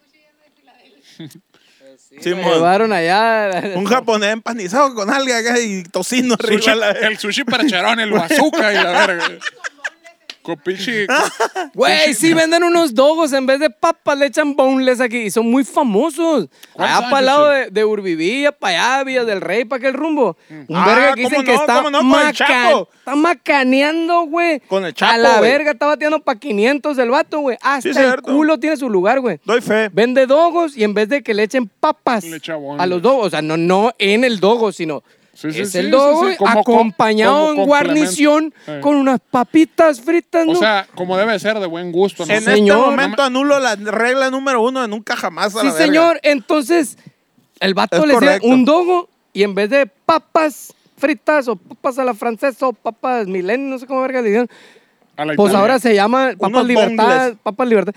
Speaker 3: Me
Speaker 2: Simón.
Speaker 3: Llevaron allá.
Speaker 2: Un japonés empanizado con alga acá y tocino
Speaker 1: Sushi-
Speaker 2: arriba. a la verga.
Speaker 1: el sushi percherón, el bazooka y la verga. Con pinche-
Speaker 2: Ah,
Speaker 3: Güey, sí venden unos dogos. En vez de papas le echan boneless aquí. Y son muy famosos.
Speaker 1: ¿Cuántos
Speaker 3: Allá para el
Speaker 1: años,
Speaker 3: lado
Speaker 1: sí?
Speaker 3: de, de Urbivilla, para allá, Villa del Rey, para aquel rumbo.
Speaker 1: Mm.
Speaker 3: Un
Speaker 2: Ah,
Speaker 3: verga que
Speaker 2: ¿cómo
Speaker 3: dicen que
Speaker 2: no?
Speaker 3: está,
Speaker 2: ¿Cómo no? Con el
Speaker 3: maca-
Speaker 2: Chapo.
Speaker 3: está macaneando, güey.
Speaker 2: Con el Chapo,
Speaker 3: A la
Speaker 2: güey.
Speaker 3: verga, está bateando para 500 el vato, güey. Hasta el
Speaker 2: cierto.
Speaker 3: culo tiene su lugar, güey.
Speaker 2: Doy fe.
Speaker 3: Vende dogos y en vez de que le echen papas
Speaker 1: Le echa boneless.
Speaker 3: a los dogos, o sea, no, no en el dogo, sino
Speaker 1: Sí, sí,
Speaker 3: es
Speaker 1: sí,
Speaker 3: el
Speaker 1: sí,
Speaker 3: dogo
Speaker 1: sí, como co-
Speaker 3: acompañado
Speaker 1: como
Speaker 3: en
Speaker 1: complemento.
Speaker 3: guarnición
Speaker 1: Eh.
Speaker 3: con unas papitas fritas, ¿no?
Speaker 1: O sea, como debe ser, de buen gusto. ¿no?
Speaker 2: En
Speaker 3: señor.
Speaker 2: este momento anulo la regla número uno de nunca jamás a
Speaker 3: sí,
Speaker 2: la verga.
Speaker 3: señor. Entonces, el vato
Speaker 2: Es
Speaker 3: le sirve
Speaker 2: correcto.
Speaker 3: un dogo y en vez de papas fritas o papas a la francesa o papas milen, no sé cómo verga le dijeron,
Speaker 1: A la
Speaker 3: pues
Speaker 1: Italia.
Speaker 3: ahora se llama papas
Speaker 2: Unos
Speaker 3: libertad,
Speaker 2: boneless.
Speaker 3: papas libertad.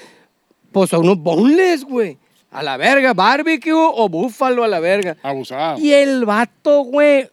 Speaker 3: Pues a unos boneless, güey. A la verga, barbecue o búfalo a la verga.
Speaker 1: Ah. Abusado.
Speaker 3: Y el vato, güey,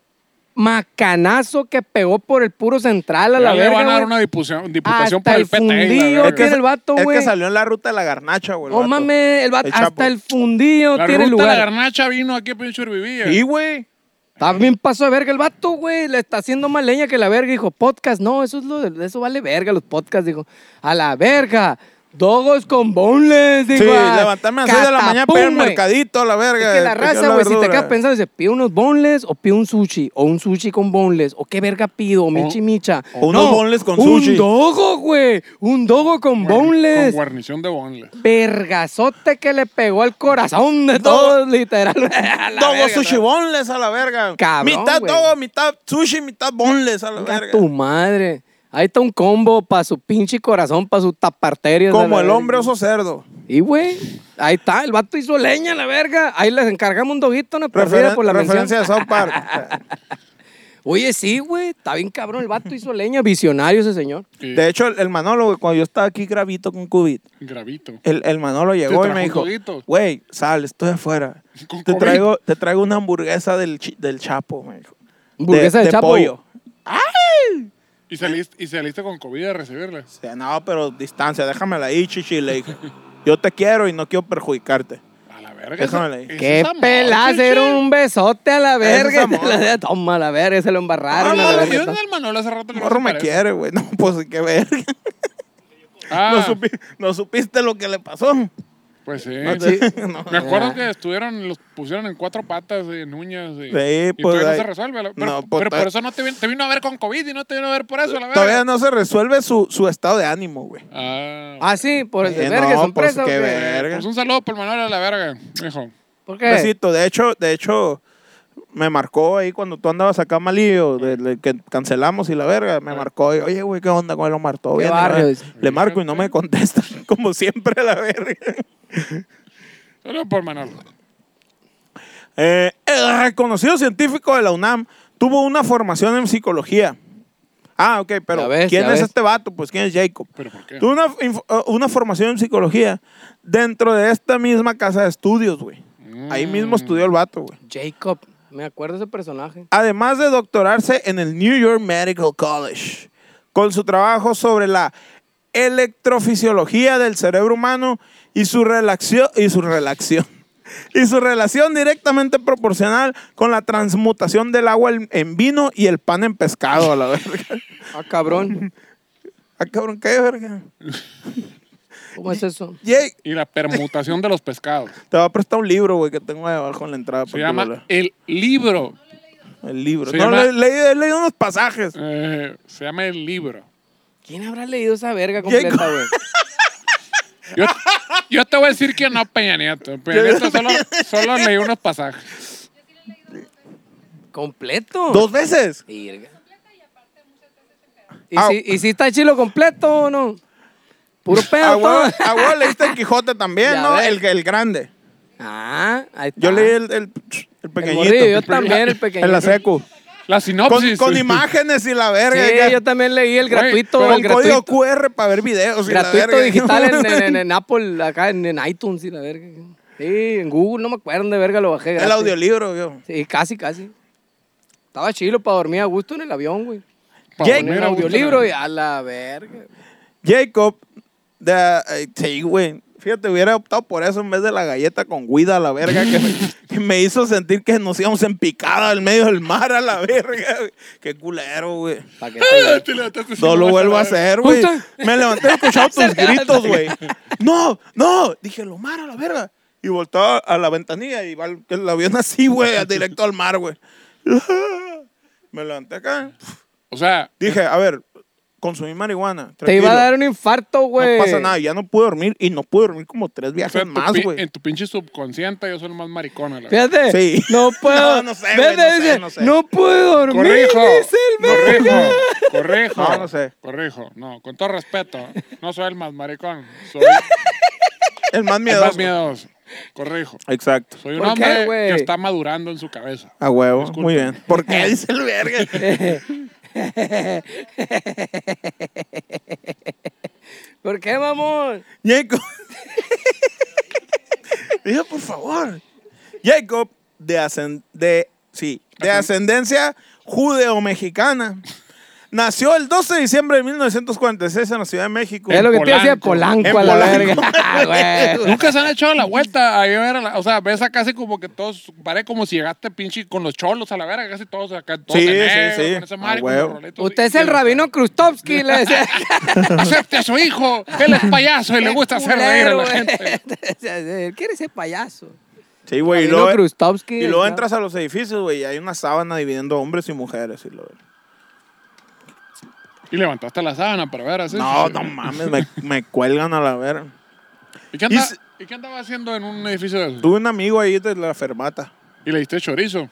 Speaker 3: macanazo que pegó por el puro central a
Speaker 1: Ya
Speaker 3: la
Speaker 1: le
Speaker 3: verga.
Speaker 1: van a dar
Speaker 3: güey.
Speaker 1: una diputación, diputación
Speaker 3: Hasta
Speaker 1: por el,
Speaker 3: el
Speaker 1: PT. y la
Speaker 3: fundillo
Speaker 1: verga.
Speaker 3: tiene el vato,
Speaker 2: Es
Speaker 3: güey.
Speaker 2: que salió en la ruta de la garnacha, güey. el
Speaker 3: No
Speaker 2: vato.
Speaker 3: mames, el vato,
Speaker 2: El Chapo.
Speaker 3: hasta el fundillo
Speaker 1: La
Speaker 3: tiene
Speaker 1: ruta de la
Speaker 3: lugar.
Speaker 1: garnacha vino aquí a pinche Vivilla.
Speaker 2: Sí, güey.
Speaker 3: Está bien paso de verga el vato, güey. Le está haciendo más leña que la verga. Dijo, podcast, no, eso es lo de, eso vale verga, los podcasts. Dijo, a la verga. Dogos con boneless, dijo.
Speaker 2: Sí,
Speaker 3: "Ah,
Speaker 2: levantarme a las 6 de la mañana
Speaker 3: catapum,
Speaker 2: para ir al
Speaker 3: güey".
Speaker 2: mercadito, a la verga.
Speaker 3: Es que la
Speaker 2: escoger
Speaker 3: raza, güey, si te
Speaker 2: verdura.
Speaker 3: quedas pensando, dice, ¿pido unos boneless o pido un sushi? O un sushi con boneless. ¿O qué verga pido? Michi micha.
Speaker 2: o unos boneless con
Speaker 3: Un
Speaker 2: sushi.
Speaker 3: dogo, güey. Un dogo
Speaker 1: Con-
Speaker 3: con boneless.
Speaker 1: Con guarnición de boneless.
Speaker 3: Vergazote que le pegó al corazón de todos, literal. A la
Speaker 2: Dogo
Speaker 3: verga,
Speaker 2: sushi
Speaker 3: ¿no?
Speaker 2: boneless a la verga.
Speaker 3: Cabrón,
Speaker 2: mitad
Speaker 3: güey.
Speaker 2: dogo, mitad sushi, mitad boneless a la
Speaker 3: Venga
Speaker 2: verga.
Speaker 3: tu madre. Ahí está un combo para su pinche corazón, para su taparteria.
Speaker 2: Como el hombre oso cerdo.
Speaker 3: Y, güey, ahí está. El vato hizo leña, la verga. Ahí les encargamos un doguito, una
Speaker 2: Referen-
Speaker 3: partida por la mención.
Speaker 2: referencia de South Park.
Speaker 3: Oye, sí, güey, está bien cabrón, el vato hizo leña, visionario ese señor.
Speaker 1: Y
Speaker 2: De hecho, el, el Manolo, güey, cuando yo estaba aquí gravito con Cubit,
Speaker 1: gravito.
Speaker 2: el, el Manolo llegó y
Speaker 1: trajo
Speaker 2: me
Speaker 1: un
Speaker 2: dijo,
Speaker 1: juguito?
Speaker 2: güey, sal, estoy afuera.
Speaker 1: Con
Speaker 2: Te
Speaker 1: COVID.
Speaker 2: traigo, te traigo una hamburguesa del, chi- del Chapo, me dijo.
Speaker 3: Hamburguesa del Chapo.
Speaker 2: pollo.
Speaker 1: Y saliste, y saliste con COVID a recibirla.
Speaker 2: O sea, no, pero distancia, déjamela ahí, chichi, le dije. Yo te quiero y no quiero perjudicarte.
Speaker 1: A la verga.
Speaker 2: Déjamela
Speaker 1: esa-
Speaker 2: ahí.
Speaker 1: ese
Speaker 3: Qué
Speaker 1: es amor,
Speaker 3: pelaz,
Speaker 1: chichi.
Speaker 3: era un besote a la
Speaker 2: Ese
Speaker 3: verga.
Speaker 2: es amor.
Speaker 3: La de- Toma la verga, se lo
Speaker 1: Ah,
Speaker 3: embarraron. a
Speaker 1: no,
Speaker 3: la
Speaker 1: lo
Speaker 3: verga,
Speaker 1: vio
Speaker 3: to-
Speaker 1: del Manolo hace rato que no
Speaker 2: Morro
Speaker 1: se
Speaker 2: me
Speaker 1: parece.
Speaker 2: quiere, güey. No, pues qué verga.
Speaker 1: Ah,
Speaker 2: No, supi- no supiste lo que le pasó.
Speaker 1: Pues sí.
Speaker 2: Sí,
Speaker 1: Me acuerdo que estuvieron, los pusieron en cuatro patas, eh, en uñas. Y,
Speaker 2: Sí,
Speaker 1: y
Speaker 2: pues,
Speaker 1: todavía
Speaker 2: ahí-
Speaker 1: no se resuelve. la- Pero,
Speaker 2: No, pues,
Speaker 1: pero
Speaker 2: ta-
Speaker 1: por eso no te, vin- te vino a ver con COVID y no te vino a ver por eso, la verdad.
Speaker 2: Todavía no se resuelve su, su estado de ánimo, güey.
Speaker 1: Ah,
Speaker 3: Ah, sí, por el de
Speaker 2: Eh,
Speaker 3: verga,
Speaker 2: no,
Speaker 3: son
Speaker 2: pues,
Speaker 3: presas,
Speaker 2: qué
Speaker 3: ¿o qué?
Speaker 2: ver- verga.
Speaker 1: Pues un saludo por Manuel a la verga, hijo.
Speaker 3: ¿Por qué?
Speaker 2: Besito, de hecho, de hecho, me marcó ahí cuando tú andabas acá malillo, de, de que cancelamos y la verga, me marcó y, oye, güey, ¿qué onda con el Omar? ¿Todo
Speaker 3: ¿Qué
Speaker 2: bien?" Y la
Speaker 3: barrio?
Speaker 2: verga, Le marco y no me contesta, como siempre, la verga.
Speaker 1: Saludo por Manuel.
Speaker 2: Eh, el reconocido científico de la UNAM tuvo una formación en psicología. Ah, ok, pero
Speaker 3: Ya ves,
Speaker 2: ¿quién
Speaker 3: ya
Speaker 2: es
Speaker 3: ves.
Speaker 2: este vato? Pues ¿quién es Jacob?
Speaker 1: ¿Pero por qué?
Speaker 2: Tuvo una, inf- eh, una formación en psicología dentro de esta misma casa de estudios, güey. Ahí
Speaker 3: Mm.
Speaker 2: mismo estudió el vato, güey.
Speaker 3: Jacob, me acuerdo de ese personaje.
Speaker 2: Además de doctorarse en el New York Medical College, con su trabajo sobre la electrofisiología del cerebro humano y su relación y su relación y su relación directamente proporcional con la transmutación del agua en- en vino y el pan en pescado a la verga.
Speaker 3: Ah, cabrón.
Speaker 2: Ah, cabrón, qué verga.
Speaker 3: ¿Cómo es eso?
Speaker 2: Jake,
Speaker 1: Y la permutación de los pescados.
Speaker 2: te voy a prestar un libro, güey, que tengo ahí abajo en la entrada.
Speaker 1: Se
Speaker 2: para que lo
Speaker 1: llama
Speaker 2: leas.
Speaker 1: El Libro.
Speaker 2: el libro.
Speaker 1: se
Speaker 2: No,
Speaker 1: llama-
Speaker 2: le- leí, he leído unos pasajes.
Speaker 1: Eh, se llama El Libro.
Speaker 3: ¿Quién habrá leído esa verga completa, güey?
Speaker 1: Yo, yo te voy a decir que no, Peña Nieto. Peña Nieto solo, solo leí unos pasajes.
Speaker 3: ¿Completo?
Speaker 2: Dos veces.
Speaker 3: Verga. ¿Y,
Speaker 2: Ah.
Speaker 3: si, ¿Y si está chilo completo o no? Puro pedo.
Speaker 2: A huevo,
Speaker 3: todo.
Speaker 2: a huevo leíste el Quijote también,
Speaker 3: Ya
Speaker 2: ¿no?
Speaker 3: ves.
Speaker 2: El, el grande.
Speaker 3: Ah, ahí está.
Speaker 2: Yo leí el, el, el pequeñito.
Speaker 3: El morrillo, yo también, el pequeñito.
Speaker 2: En la secu.
Speaker 1: La
Speaker 2: Con,
Speaker 1: sinopsis.
Speaker 2: con imágenes y la verga.
Speaker 3: Sí,
Speaker 2: acá.
Speaker 3: yo también leí el
Speaker 1: Güey,
Speaker 3: gratuito,
Speaker 2: Con
Speaker 3: el gratuito.
Speaker 2: código QR para ver videos. y la
Speaker 3: gratuito
Speaker 2: verga.
Speaker 3: digital en, en- en- en Apple, acá en, en iTunes y la verga. Sí, en Google, no me acuerdo dónde verga lo bajé.
Speaker 2: El
Speaker 3: gratis.
Speaker 2: audiolibro, yo.
Speaker 3: Sí, casi, casi. Estaba chilo para dormir a gusto en el avión, güey.
Speaker 1: Pa'
Speaker 2: Jake-
Speaker 3: En
Speaker 1: poner
Speaker 3: el
Speaker 1: a gusto
Speaker 3: audiolibro
Speaker 1: la-
Speaker 3: y a la verga.
Speaker 2: Jacob. De, ay, sí, güey. Fíjate, hubiera optado por eso en vez de la galleta con guida a la verga que me, que me hizo sentir que nos íbamos en picada al medio del mar a la verga. güey. Qué culero, güey.
Speaker 3: Pa' que te-
Speaker 1: Te levantaste sin
Speaker 2: No lo
Speaker 1: voz,
Speaker 2: vuelvo
Speaker 1: la
Speaker 2: a
Speaker 1: verga.
Speaker 2: hacer, güey.
Speaker 3: Puta.
Speaker 2: Me levanté escuchado tus gritos, güey. No, no. Dije, lo mar a la verga. Y voltaba a la ventanilla y va el el avión así, güey, directo al mar, güey. Me levanté acá.
Speaker 1: O sea,
Speaker 2: Dije, a ver, consumí marihuana.
Speaker 3: Te iba a
Speaker 2: tranquilo.
Speaker 3: dar un infarto, güey.
Speaker 2: No pasa nada, ya no pude dormir y no pude dormir como tres
Speaker 1: o sea,
Speaker 2: viajes
Speaker 1: en tu
Speaker 2: más,
Speaker 1: pi-
Speaker 2: güey.
Speaker 1: en tu pinche subconsciente yo soy el más maricón. a la verga.
Speaker 3: Fíjate.
Speaker 2: Sí.
Speaker 3: No
Speaker 2: No,
Speaker 3: puedo.
Speaker 2: no sé, güey,
Speaker 3: Vete,
Speaker 2: no sé,
Speaker 3: dice,
Speaker 2: no sé.
Speaker 3: "No puedo dormir.
Speaker 1: Corrijo.
Speaker 3: dice el verga.
Speaker 1: Corrijo. Corrijo.
Speaker 2: No, no sé.
Speaker 1: Corrijo. No, con todo respeto. No soy el más maricón. Soy
Speaker 2: El más
Speaker 1: el
Speaker 2: miedoso.
Speaker 1: más miedoso. Corrijo.
Speaker 2: Exacto.
Speaker 1: Soy un
Speaker 3: ¿Por qué,
Speaker 1: hombre
Speaker 3: güey?
Speaker 1: que está madurando en su cabeza.
Speaker 2: A huevo,
Speaker 1: Disculpa.
Speaker 2: muy bien. ¿Por qué dice el verga?
Speaker 3: ¿Por qué, mamón?
Speaker 2: Jacob. Diga, por favor. Jacob, de, ascen- de, sí, de ascendencia judeo-mexicana, nació el 12 de diciembre de 1946 en la Ciudad de México.
Speaker 3: Es lo que te decía
Speaker 1: Polanco.
Speaker 3: Polanco a
Speaker 2: En
Speaker 3: la
Speaker 2: Polanco.
Speaker 3: verga. Ah, güey.
Speaker 1: Nunca se han echado la vuelta a ir a ver a la- o sea, ves a casi como que todos, parece como si llegaste pinche con los cholos a la verga, casi todos acá, todos
Speaker 2: Sí,
Speaker 1: de
Speaker 2: sí,
Speaker 1: negro,
Speaker 2: sí.
Speaker 1: con ese
Speaker 2: A
Speaker 1: mar y con
Speaker 2: huevo.
Speaker 1: los roletos.
Speaker 3: Usted es el rabino Krustovsky, le decía.
Speaker 1: Acepte a su hijo, él es payaso y le gusta hacer reír a la gente.
Speaker 3: ¿Quiere ser payaso?
Speaker 2: Sí, güey. Y
Speaker 3: Gabino
Speaker 2: luego,
Speaker 3: Krustovsky,
Speaker 2: y luego
Speaker 3: ¿no?
Speaker 2: entras a los edificios, güey, y hay una sábana dividiendo hombres y mujeres. y lo-
Speaker 1: Y levantaste la sábana para ver así.
Speaker 2: No,
Speaker 1: sí.
Speaker 2: no mames, me, me cuelgan a la verga.
Speaker 1: ¿Y qué, anda-
Speaker 2: Y se-
Speaker 1: y qué andaba haciendo en un edificio de esos?
Speaker 2: Tuve un amigo ahí de la fermata.
Speaker 1: Y le diste chorizo.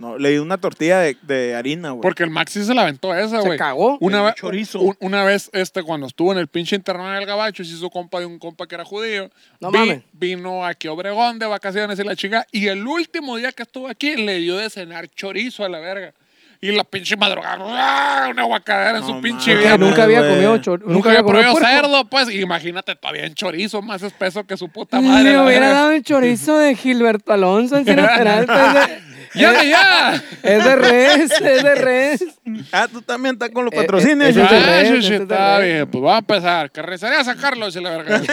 Speaker 2: No, le di una tortilla de, de harina, güey.
Speaker 1: Porque el Maxi se la aventó esa,
Speaker 3: Se
Speaker 1: güey.
Speaker 3: cagó.
Speaker 1: Una,
Speaker 2: El
Speaker 1: vez-
Speaker 2: chorizo.
Speaker 1: un- una vez, este, cuando estuvo en el pinche internado en el Gabacho, se hizo compa de un compa que era judío.
Speaker 3: No mames.
Speaker 1: Vino aquí a Obregón de vacaciones y la chica. Y el último día que estuvo aquí, le dio de cenar chorizo a la verga. Y la pinche madrugada, ¡ah! una guacadera en
Speaker 2: No
Speaker 1: su
Speaker 2: mames.
Speaker 1: pinche vida.
Speaker 3: Porque
Speaker 1: Nunca,
Speaker 3: nunca había
Speaker 2: güey.
Speaker 3: comido chor-
Speaker 1: nunca había
Speaker 3: comido
Speaker 1: probado
Speaker 3: puerco.
Speaker 1: cerdo, pues. Imagínate, todavía en chorizo más espeso que su puta madre.
Speaker 3: Le
Speaker 1: la
Speaker 3: hubiera
Speaker 1: verga.
Speaker 3: dado el chorizo de Gilberto Alonso en Cera Peralta. ese-
Speaker 1: ¡Ya, ya!
Speaker 3: Es de res, es de res.
Speaker 2: Ah, tú también estás con los
Speaker 3: Eh,
Speaker 2: patrocinios.
Speaker 3: eh,
Speaker 2: yo
Speaker 3: eso
Speaker 2: sé.
Speaker 3: es
Speaker 1: Ah,
Speaker 3: rey,
Speaker 1: eso sí
Speaker 3: ese es
Speaker 1: está
Speaker 3: el rey.
Speaker 1: bien. Pues vamos a empezar. Carnicería San Carlos y la verga.
Speaker 2: No,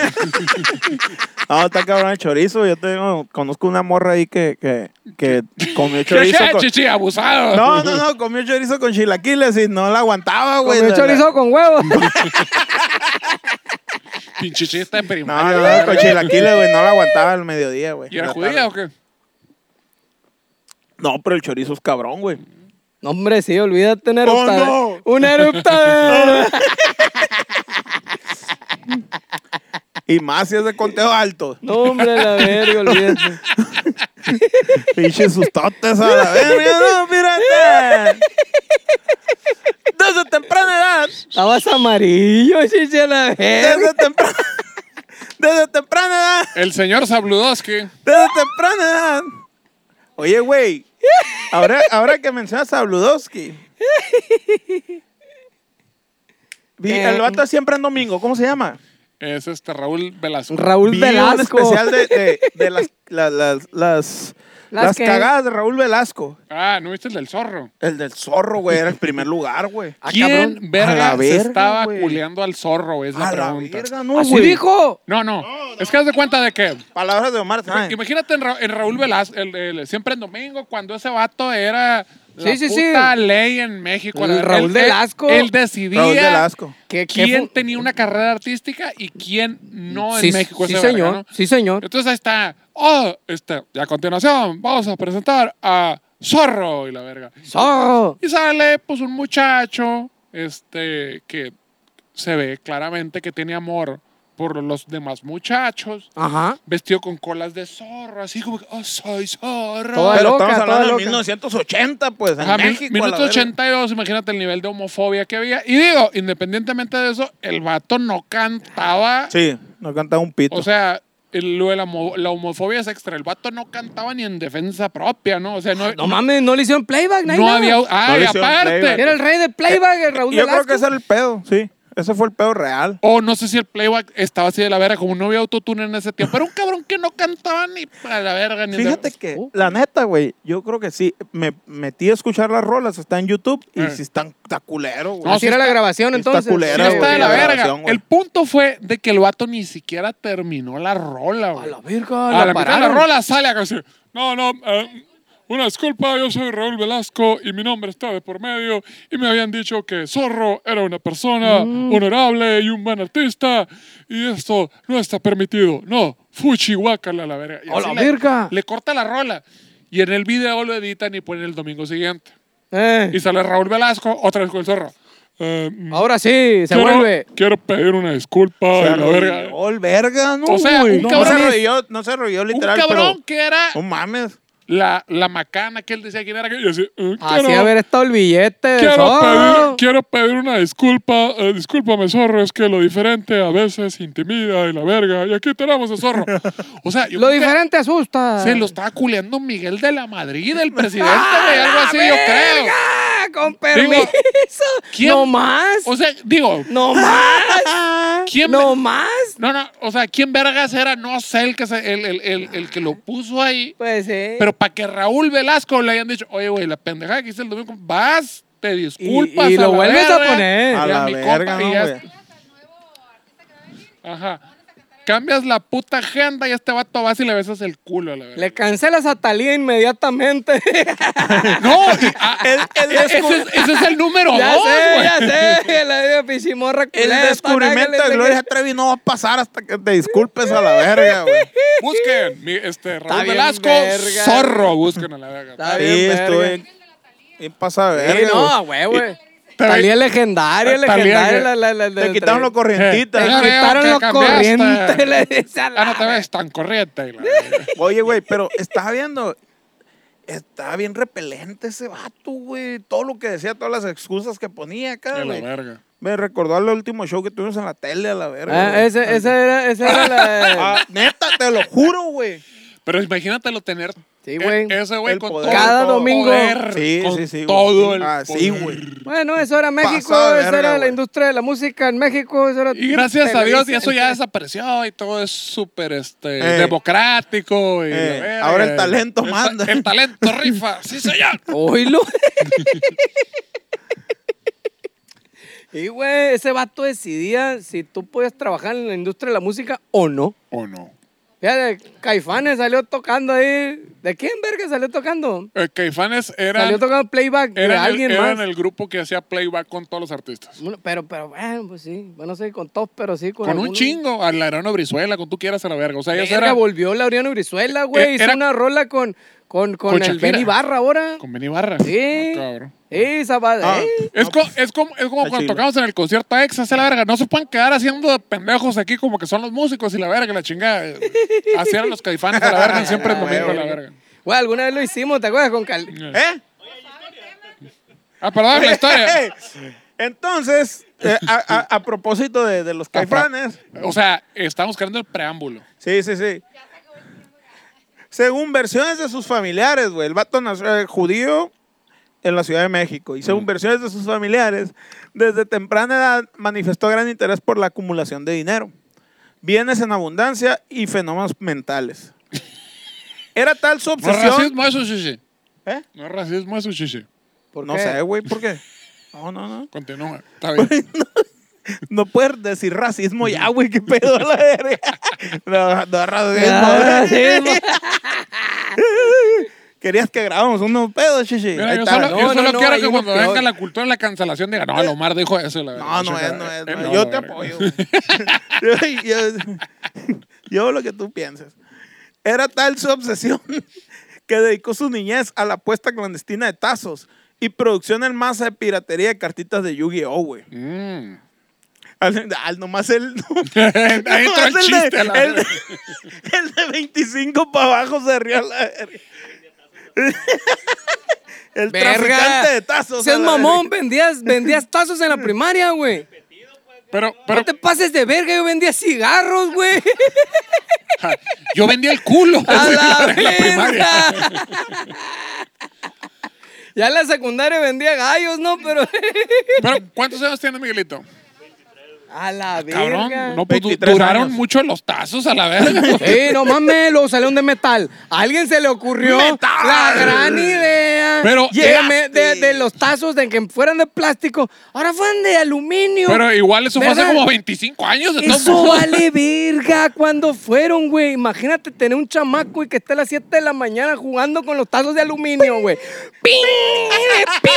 Speaker 2: Ah, está cabrón el chorizo. Yo tengo, conozco una morra ahí que, que, que comió chorizo.
Speaker 1: Che,
Speaker 2: con-
Speaker 1: chichi, abusado.
Speaker 2: No, no, no, comió chorizo con chilaquiles y no la aguantaba, güey.
Speaker 3: Comió
Speaker 2: La-
Speaker 3: chorizo con huevo.
Speaker 1: Pinche chiste de
Speaker 2: No,
Speaker 1: primaria.
Speaker 2: no, con chilaquiles, güey, no la aguantaba al mediodía, güey.
Speaker 1: ¿Y era
Speaker 2: La
Speaker 1: judía
Speaker 2: tarde.
Speaker 1: o qué?
Speaker 2: No, pero el chorizo es cabrón, güey.
Speaker 3: No, hombre, sí, olvídate una
Speaker 2: ¡Oh,
Speaker 3: erupta.
Speaker 2: no!
Speaker 3: Una erupta.
Speaker 2: Y más si es de conteo alto.
Speaker 3: No, hombre, la verga, olvídate.
Speaker 2: Pinche sustotes a la verga, no, pirata. Desde temprana edad,
Speaker 3: Estabas amarillo, chiche, la verga.
Speaker 2: desde temprana, desde temprana edad,
Speaker 1: El señor Sabludoski.
Speaker 2: desde temprana edad. Oye, güey, ahora, ahora que mencionas a Bludowski. Vi-
Speaker 3: Eh,
Speaker 2: El vato siempre en domingo, ¿cómo se llama?
Speaker 1: Es este Raúl Velasco.
Speaker 3: Raúl
Speaker 2: Vi un
Speaker 3: Velasco.
Speaker 2: especial de, de- de las, la- las, las,
Speaker 3: Las
Speaker 2: las
Speaker 3: que-
Speaker 2: cagadas de Raúl Velasco.
Speaker 1: ah, ¿no viste el del zorro?
Speaker 2: El del zorro, güey, era el primer lugar, güey.
Speaker 3: Ah,
Speaker 1: ¿Quién
Speaker 3: cabrón.
Speaker 2: A la
Speaker 1: verga, se
Speaker 2: verga,
Speaker 1: estaba
Speaker 2: güey.
Speaker 1: culeando al zorro? Es la
Speaker 2: A la
Speaker 1: pregunta.
Speaker 2: verga, no,
Speaker 3: Así
Speaker 2: güey.
Speaker 3: dijo.
Speaker 1: no, no, Es que haz de cuenta de que.
Speaker 2: Palabras de Omar
Speaker 3: Ah.
Speaker 2: Sáenz.
Speaker 1: Imagínate en, Ra- en Raúl Velasco, el- el- siempre en domingo, cuando ese vato era la
Speaker 3: Sí, sí, sí.
Speaker 1: puta ley en México. la
Speaker 3: El
Speaker 1: verdad.
Speaker 3: Raúl
Speaker 1: Él-
Speaker 3: Velasco.
Speaker 1: Él, él decidía
Speaker 2: Raúl Velasco.
Speaker 3: ¿Qué- qué
Speaker 1: quién
Speaker 3: fu-
Speaker 1: tenía una carrera artística y quién no
Speaker 3: sí,
Speaker 1: en México.
Speaker 3: sí,
Speaker 1: ese
Speaker 3: señor.
Speaker 1: verga, ¿no?
Speaker 3: Sí, señor.
Speaker 1: Entonces ahí está. Oh, este, y a continuación vamos a presentar a Zorro y la verga.
Speaker 3: Zorro.
Speaker 1: Y sale pues un muchacho este, que se ve claramente que tiene amor por los demás muchachos.
Speaker 3: Ajá.
Speaker 1: Vestido con colas de zorro, así como que, oh, soy zorro.
Speaker 3: Toda
Speaker 2: Pero
Speaker 3: loca,
Speaker 2: estamos
Speaker 3: toda
Speaker 2: hablando de
Speaker 3: loca.
Speaker 2: 1980, pues, en
Speaker 1: Ajá, min-
Speaker 2: México. a la
Speaker 1: minuto
Speaker 2: verga.
Speaker 1: 82, imagínate el nivel de homofobia que había. Y digo, independientemente de eso, el vato no cantaba.
Speaker 2: Sí, nos cantaba un pito.
Speaker 1: O sea, el- lo de la, homo- la homofobia es extra. El vato no cantaba ni en defensa propia, ¿no? O sea, no,
Speaker 3: No mames, no le hicieron playback,
Speaker 1: no
Speaker 3: no, hay
Speaker 1: había.
Speaker 3: nada.
Speaker 1: Ah,
Speaker 2: No le
Speaker 1: y
Speaker 2: hicieron playback.
Speaker 1: aparte.
Speaker 3: Era el rey del playback, el Raúl
Speaker 2: Eh, Yo
Speaker 3: Velasco.
Speaker 2: creo que ese era el pedo, sí. Ese fue el pedo real.
Speaker 1: O no sé si el playback estaba así de la verga, como no había autotune en ese tiempo. Era un cabrón que no cantaba ni para la verga. Ni
Speaker 2: Fíjate
Speaker 1: de-
Speaker 2: que,
Speaker 1: Uh,
Speaker 2: la neta, güey, yo creo que sí. Me metí a escuchar las rolas, está en YouTube y
Speaker 1: Eh.
Speaker 2: si están está culero, güey.
Speaker 1: No,
Speaker 3: Así era la grabación,
Speaker 2: está
Speaker 3: entonces.
Speaker 1: sí
Speaker 2: culera, Era,
Speaker 1: está
Speaker 2: güey,
Speaker 1: de la
Speaker 2: la
Speaker 1: verga.
Speaker 2: grabación, güey.
Speaker 1: El punto fue de que el vato ni siquiera terminó la rola,
Speaker 3: A
Speaker 1: güey.
Speaker 3: la verga,
Speaker 1: A Ah, la mitad de la
Speaker 3: pararon.
Speaker 1: rola sale acá así. No, no, eh, una disculpa, yo soy Raúl Velasco y mi nombre está de por medio y me habían dicho que Zorro era una persona honorable y un buen artista y esto no está permitido. No, fuchi, guácala a la verga. Y
Speaker 3: A la
Speaker 1: así
Speaker 3: verga.
Speaker 1: Le corta la rola y en el video lo editan y ponen el domingo siguiente.
Speaker 3: Eh,
Speaker 1: Y sale Raúl Velasco otra vez con el Zorro. Eh,
Speaker 3: ahora sí, se
Speaker 1: quiero,
Speaker 3: vuelve.
Speaker 1: Quiero pedir una disculpa
Speaker 2: Se
Speaker 1: y la verga.
Speaker 2: arrodilló el verga, no,
Speaker 1: O sea,
Speaker 2: güey.
Speaker 1: un
Speaker 2: no,
Speaker 1: cabrón-
Speaker 2: se arrodilló, no se arrodilló
Speaker 1: Un
Speaker 2: literal,
Speaker 1: cabrón
Speaker 2: pero...
Speaker 1: que era
Speaker 2: No mames.
Speaker 1: la, la macana que él decía quién era. que- Y así, eh,
Speaker 3: Así
Speaker 1: quiero,
Speaker 3: haber estado el billete de
Speaker 1: quiero pedir,
Speaker 3: Zorro.
Speaker 1: quiero pedir una disculpa. eh, discúlpame, zorro, es que lo diferente a veces intimida y la verga. Y aquí tenemos a zorro. O sea, yo
Speaker 3: Lo
Speaker 1: creo que
Speaker 3: diferente asusta.
Speaker 1: se lo estaba culeando Miguel de la Madrid, el presidente, güey, algo así, yo creo.
Speaker 3: ¡Ah, con permiso!
Speaker 1: ¿quién-
Speaker 3: ¿No más?
Speaker 1: O sea, digo,
Speaker 3: ¡No más!
Speaker 1: ¿quién?
Speaker 3: ¡No más!
Speaker 1: No, no, o sea, ¿quién vergas era? No sé, el que, se- el, el- el- el que lo puso ahí.
Speaker 3: Pues sí.
Speaker 1: Pero para que Raúl Velasco le hayan dicho, oye, güey, la pendejada que hice el domingo, vas, te disculpas.
Speaker 3: Y- y
Speaker 1: a
Speaker 3: lo
Speaker 1: la
Speaker 3: vuelves a
Speaker 1: verga,
Speaker 3: poner.
Speaker 1: y
Speaker 2: A la
Speaker 1: mi
Speaker 2: verga,
Speaker 1: compa, y
Speaker 2: no,
Speaker 1: Eh, ya
Speaker 2: güey.
Speaker 1: está. Ajá. Cambias la puta agenda y este vato vas y le besas el culo a la verga.
Speaker 3: Le cancelas a Talía inmediatamente.
Speaker 1: No, y- ah,
Speaker 2: El, el
Speaker 1: ese,
Speaker 2: descu-
Speaker 1: es, ese es el número
Speaker 3: ya
Speaker 1: dos,
Speaker 3: sé,
Speaker 1: güey.
Speaker 3: ya sé. La digo, pichimorra.
Speaker 2: el
Speaker 3: culera,
Speaker 2: descubrimiento
Speaker 3: está,
Speaker 2: de Gloria
Speaker 3: que-
Speaker 2: Trevi no va a pasar hasta que te disculpes a la verga, güey.
Speaker 1: Busquen, mi- este, Raúl
Speaker 3: bien
Speaker 1: Velasco,
Speaker 3: verga.
Speaker 1: zorro, busquen a la verga.
Speaker 3: Está
Speaker 2: Sí,
Speaker 3: bien, verga.
Speaker 2: estoy bien pasa de
Speaker 3: Sí,
Speaker 2: verga.
Speaker 3: no,
Speaker 2: güey.
Speaker 3: a huevo.
Speaker 1: Pero-
Speaker 3: Talía legendaria,
Speaker 1: Talía,
Speaker 3: legendaria.
Speaker 1: que-
Speaker 3: la- la- la-
Speaker 2: Te
Speaker 3: la-
Speaker 2: quitaron los corrientitas.
Speaker 1: Eh,
Speaker 3: Te
Speaker 1: Ya veo que
Speaker 3: quitaron los
Speaker 1: cambiaste.
Speaker 3: corrientes. Le dice a la-
Speaker 1: Ah, no te ves tan corriente. y la verga.
Speaker 2: Oye, güey, pero estaba viendo. Estaba bien repelente ese vato, güey. Todo lo que decía, todas las excusas que ponía acá,
Speaker 1: A la
Speaker 2: güey.
Speaker 1: verga.
Speaker 2: Me recordó al último show que tuvimos en la tele, a la verga.
Speaker 3: Ah,
Speaker 2: güey.
Speaker 3: ese, esa era, esa era la.
Speaker 2: Ah, neta, te lo juro, güey.
Speaker 1: Pero imagínatelo tener.
Speaker 3: Sí, güey.
Speaker 1: e- Ese güey
Speaker 2: El
Speaker 1: con
Speaker 2: poder.
Speaker 1: todo
Speaker 3: Cada
Speaker 1: el
Speaker 3: domingo.
Speaker 1: poder,
Speaker 2: Sí,
Speaker 1: con
Speaker 2: sí, sí, güey.
Speaker 1: Todo el
Speaker 2: Ah, sí,
Speaker 1: poder.
Speaker 2: güey.
Speaker 3: Bueno, eso era México,
Speaker 2: Pasado de
Speaker 3: esa
Speaker 2: verga,
Speaker 3: era la
Speaker 2: güey.
Speaker 3: industria de la música en México. Eso era
Speaker 1: Y gracias a Dios, y eso ya
Speaker 3: es.
Speaker 1: desapareció, y todo es súper este,
Speaker 2: Este, Eh.
Speaker 1: democrático. Y la
Speaker 2: Eh,
Speaker 1: verga.
Speaker 2: ahora el talento
Speaker 1: ta-
Speaker 2: manda.
Speaker 1: El talento rifa, sí, señor.
Speaker 3: Oílo. y, güey, ese vato decidía si tú podías trabajar en la industria de la música o no.
Speaker 1: ¿O no?
Speaker 3: Fíjate, Caifanes salió tocando ahí. ¿De quién verga salió tocando?
Speaker 1: Eh, Caifanes era
Speaker 3: salió tocando playback de
Speaker 1: eran, el,
Speaker 3: alguien
Speaker 1: eran
Speaker 3: más.
Speaker 1: el grupo que hacía playback con todos los artistas.
Speaker 3: Bueno, Pero, pero, bueno, pues sí. Bueno, no sé, con todos, pero sí. Con,
Speaker 1: Con un
Speaker 3: algunos.
Speaker 1: chingo, al Arano Brizuela, con tú quieras a la verga. O sea, ellos
Speaker 3: Verga,
Speaker 1: eran
Speaker 3: volvió Laureano Brizuela, güey.
Speaker 1: Eh,
Speaker 3: Hizo
Speaker 1: era-
Speaker 3: una rola con, con, con
Speaker 1: Con
Speaker 3: el
Speaker 1: Shakira.
Speaker 3: Benny Barra ahora.
Speaker 1: con Benny Barra.
Speaker 3: Sí.
Speaker 1: Ah, cabrón.
Speaker 3: Sí, Zapata.
Speaker 2: Ah,
Speaker 3: eh.
Speaker 1: Es, co- es como, es como
Speaker 2: Está
Speaker 1: cuando
Speaker 2: chido.
Speaker 1: tocamos en el concierto a Exa, la verga. No se pueden quedar haciendo de pendejos aquí como que son los músicos y la verga, la chingada. Así eran los caifanes a la verga, siempre en domingo a la verga.
Speaker 3: Güey, alguna vez lo hicimos, ¿te acuerdas? Con Cal...
Speaker 2: ¿Eh?
Speaker 1: Ah, perdón, la historia.
Speaker 2: Entonces, eh, a, a- a propósito de, de los caifanes.
Speaker 1: O sea, estamos creando el preámbulo.
Speaker 2: Sí, sí, sí. Según versiones de sus familiares, güey, el vato nació eh, judío en la Ciudad de México. Y según versiones de sus familiares, desde temprana edad manifestó gran interés por la acumulación de dinero, bienes en abundancia y fenómenos mentales. Era tal su
Speaker 1: No es
Speaker 2: obsesión.
Speaker 1: racismo eso, chiche.
Speaker 2: ¿Eh?
Speaker 1: No es racismo eso, chiche.
Speaker 3: ¿Por
Speaker 2: No
Speaker 3: qué?
Speaker 2: sé, güey, ¿por qué? No, no, no.
Speaker 1: Continúa. Está bien.
Speaker 2: No puedes decir racismo ya, güey, qué pedo a la verga. No, no, racismo.
Speaker 3: Ah, sí, mo-
Speaker 2: Querías que grabamos unos pedos, chichi.
Speaker 1: Mira,
Speaker 2: Ahí
Speaker 1: yo
Speaker 2: está.
Speaker 1: solo,
Speaker 3: No,
Speaker 1: yo solo
Speaker 3: no, no,
Speaker 1: quiero
Speaker 3: hay
Speaker 1: que
Speaker 3: uno
Speaker 1: cuando
Speaker 3: peor.
Speaker 1: venga la cultura de la cancelación diga, no, el Omar dijo eso. la verga".
Speaker 2: No, no
Speaker 1: Chiche,
Speaker 2: es,
Speaker 1: la-
Speaker 2: no es.
Speaker 1: eh,
Speaker 2: no
Speaker 1: no,
Speaker 2: es. Yo
Speaker 1: la
Speaker 2: te
Speaker 1: verga.
Speaker 2: apoyo. güey. yo, yo- yo lo que tú pienses. Era tal su obsesión que dedicó su niñez a la apuesta clandestina de tazos y producción en masa de piratería de cartitas de Yu-Gi-Oh, güey.
Speaker 1: Mm.
Speaker 2: Al, al nomás el...
Speaker 1: Ahí entró el
Speaker 2: nomás
Speaker 1: chiste.
Speaker 2: de,
Speaker 1: la verga.
Speaker 2: el de- el de 25 para abajo se rió a la verga. El traficante de tazos. a
Speaker 3: Seas
Speaker 2: la verga.
Speaker 3: mamón, vendías, vendías tazos en la primaria, güey.
Speaker 1: Pero,
Speaker 3: No
Speaker 1: pero
Speaker 3: te pases de verga, yo vendía cigarros, güey.
Speaker 1: ja, yo vendía el culo.
Speaker 3: A la,
Speaker 1: en la primaria.
Speaker 3: verga. Ya en la secundaria vendía gallos, ¿no? Pero.
Speaker 1: Pero, ¿cuántos años tiene Miguelito?
Speaker 3: A la verga.
Speaker 1: Ah, Cabrón, no, pues, du-
Speaker 2: 23
Speaker 1: duraron
Speaker 2: años.
Speaker 1: mucho los tazos a la verga.
Speaker 3: Sí, no mames, los salón de metal. A alguien se le ocurrió
Speaker 2: ¡Metal!
Speaker 3: la gran idea
Speaker 1: Pero
Speaker 3: de, me-
Speaker 2: llegaste.
Speaker 3: de- de los tazos, de que fueran de plástico, ahora fueran de aluminio.
Speaker 1: Pero igual eso fue hace
Speaker 3: ¿Verdad?
Speaker 1: como 25 años. de todos
Speaker 3: Eso
Speaker 1: modos.
Speaker 3: vale verga cuando fueron, güey. Imagínate tener un chamaco y que esté a las 7 de la mañana jugando con los tazos de aluminio, güey. ¡Ping! ¡Ping!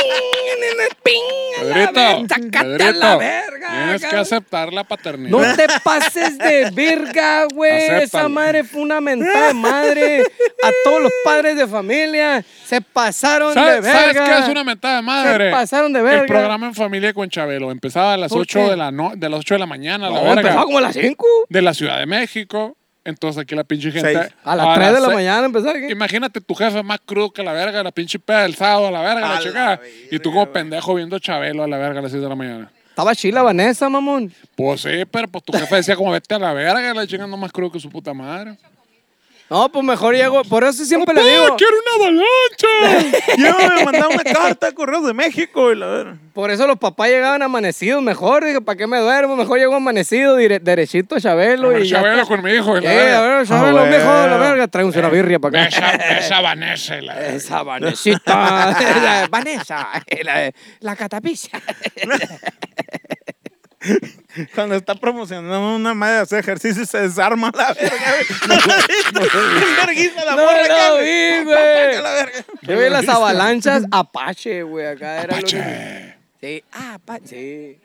Speaker 3: ¡Ping! a la verga,
Speaker 1: Pedrito,
Speaker 3: ¡Sácate a la
Speaker 1: Pedrito,
Speaker 3: verga!
Speaker 1: tienes que
Speaker 3: cabrón.
Speaker 1: aceptar la paternidad.
Speaker 3: No te pases de verga, güey. Esa
Speaker 1: Acéptalo.
Speaker 3: madre fue una mentada de madre. A todos los padres de familia se pasaron de
Speaker 1: ¿Sabes,
Speaker 3: verga.
Speaker 1: sabes qué es una mentada de madre?
Speaker 3: Se pasaron de verga.
Speaker 1: El programa en familia con Chabelo empezaba a las
Speaker 3: ¿Por
Speaker 1: 8
Speaker 3: qué?
Speaker 1: de la, no- de las 8 de la mañana, a la
Speaker 3: No,
Speaker 1: verga,
Speaker 3: empezaba como a las 5.
Speaker 1: de la Ciudad de México. Entonces aquí la pinche gente...
Speaker 2: Seis.
Speaker 3: A las 3 de la
Speaker 1: se-
Speaker 3: mañana empezaba. aquí.
Speaker 1: Imagínate tu jefe más crudo que la verga, la pinche peda del sábado a la verga,
Speaker 2: A
Speaker 1: la
Speaker 2: la
Speaker 1: chingada. Y tú
Speaker 2: verga,
Speaker 1: como
Speaker 2: güey.
Speaker 1: pendejo viendo Chabelo a la verga a las 6 de la mañana.
Speaker 3: Estaba chila Vanessa, mamón.
Speaker 1: Pues sí, pero pues tu jefe decía como vete a la verga, la chingada no más crudo que su puta madre.
Speaker 3: No, pues mejor llego. Por eso siempre le
Speaker 1: ¡Ah,
Speaker 3: digo.
Speaker 1: quiero una avalancha!
Speaker 2: Yo me mandaba una carta a Correos de México y la verga.
Speaker 3: Por eso los papás llegaban amanecidos mejor. Dije, ¿para qué me duermo? Mejor llego amanecido dire- derechito a Chabelo.
Speaker 1: El
Speaker 3: y ya
Speaker 1: Chabelo Eh,
Speaker 3: está.
Speaker 1: con mi hijo. y la
Speaker 3: Eh, a
Speaker 1: verga.
Speaker 3: ver, Chabelo,
Speaker 2: Ah,
Speaker 3: viejo, la
Speaker 2: bueno.
Speaker 3: verga. Traemos una birria para
Speaker 1: Besa,
Speaker 3: acá.
Speaker 1: besa Vanessa. y la verga.
Speaker 3: Esa Vanesita. la Vanessa. eh, La, la catapilla.
Speaker 2: Cuando está promocionando una madre hacer ejercicio y se desarma la verga. güey. No, Es verguiza la
Speaker 3: No,
Speaker 2: morra acá,
Speaker 3: no
Speaker 2: güey.
Speaker 3: vi,
Speaker 2: Pa, pa,
Speaker 3: güey.
Speaker 2: acá la verga.
Speaker 3: Yo vi las avalanchas Apache, güey. Acá era lo que...
Speaker 1: Che.
Speaker 3: Sí, ah, Apache. Sí.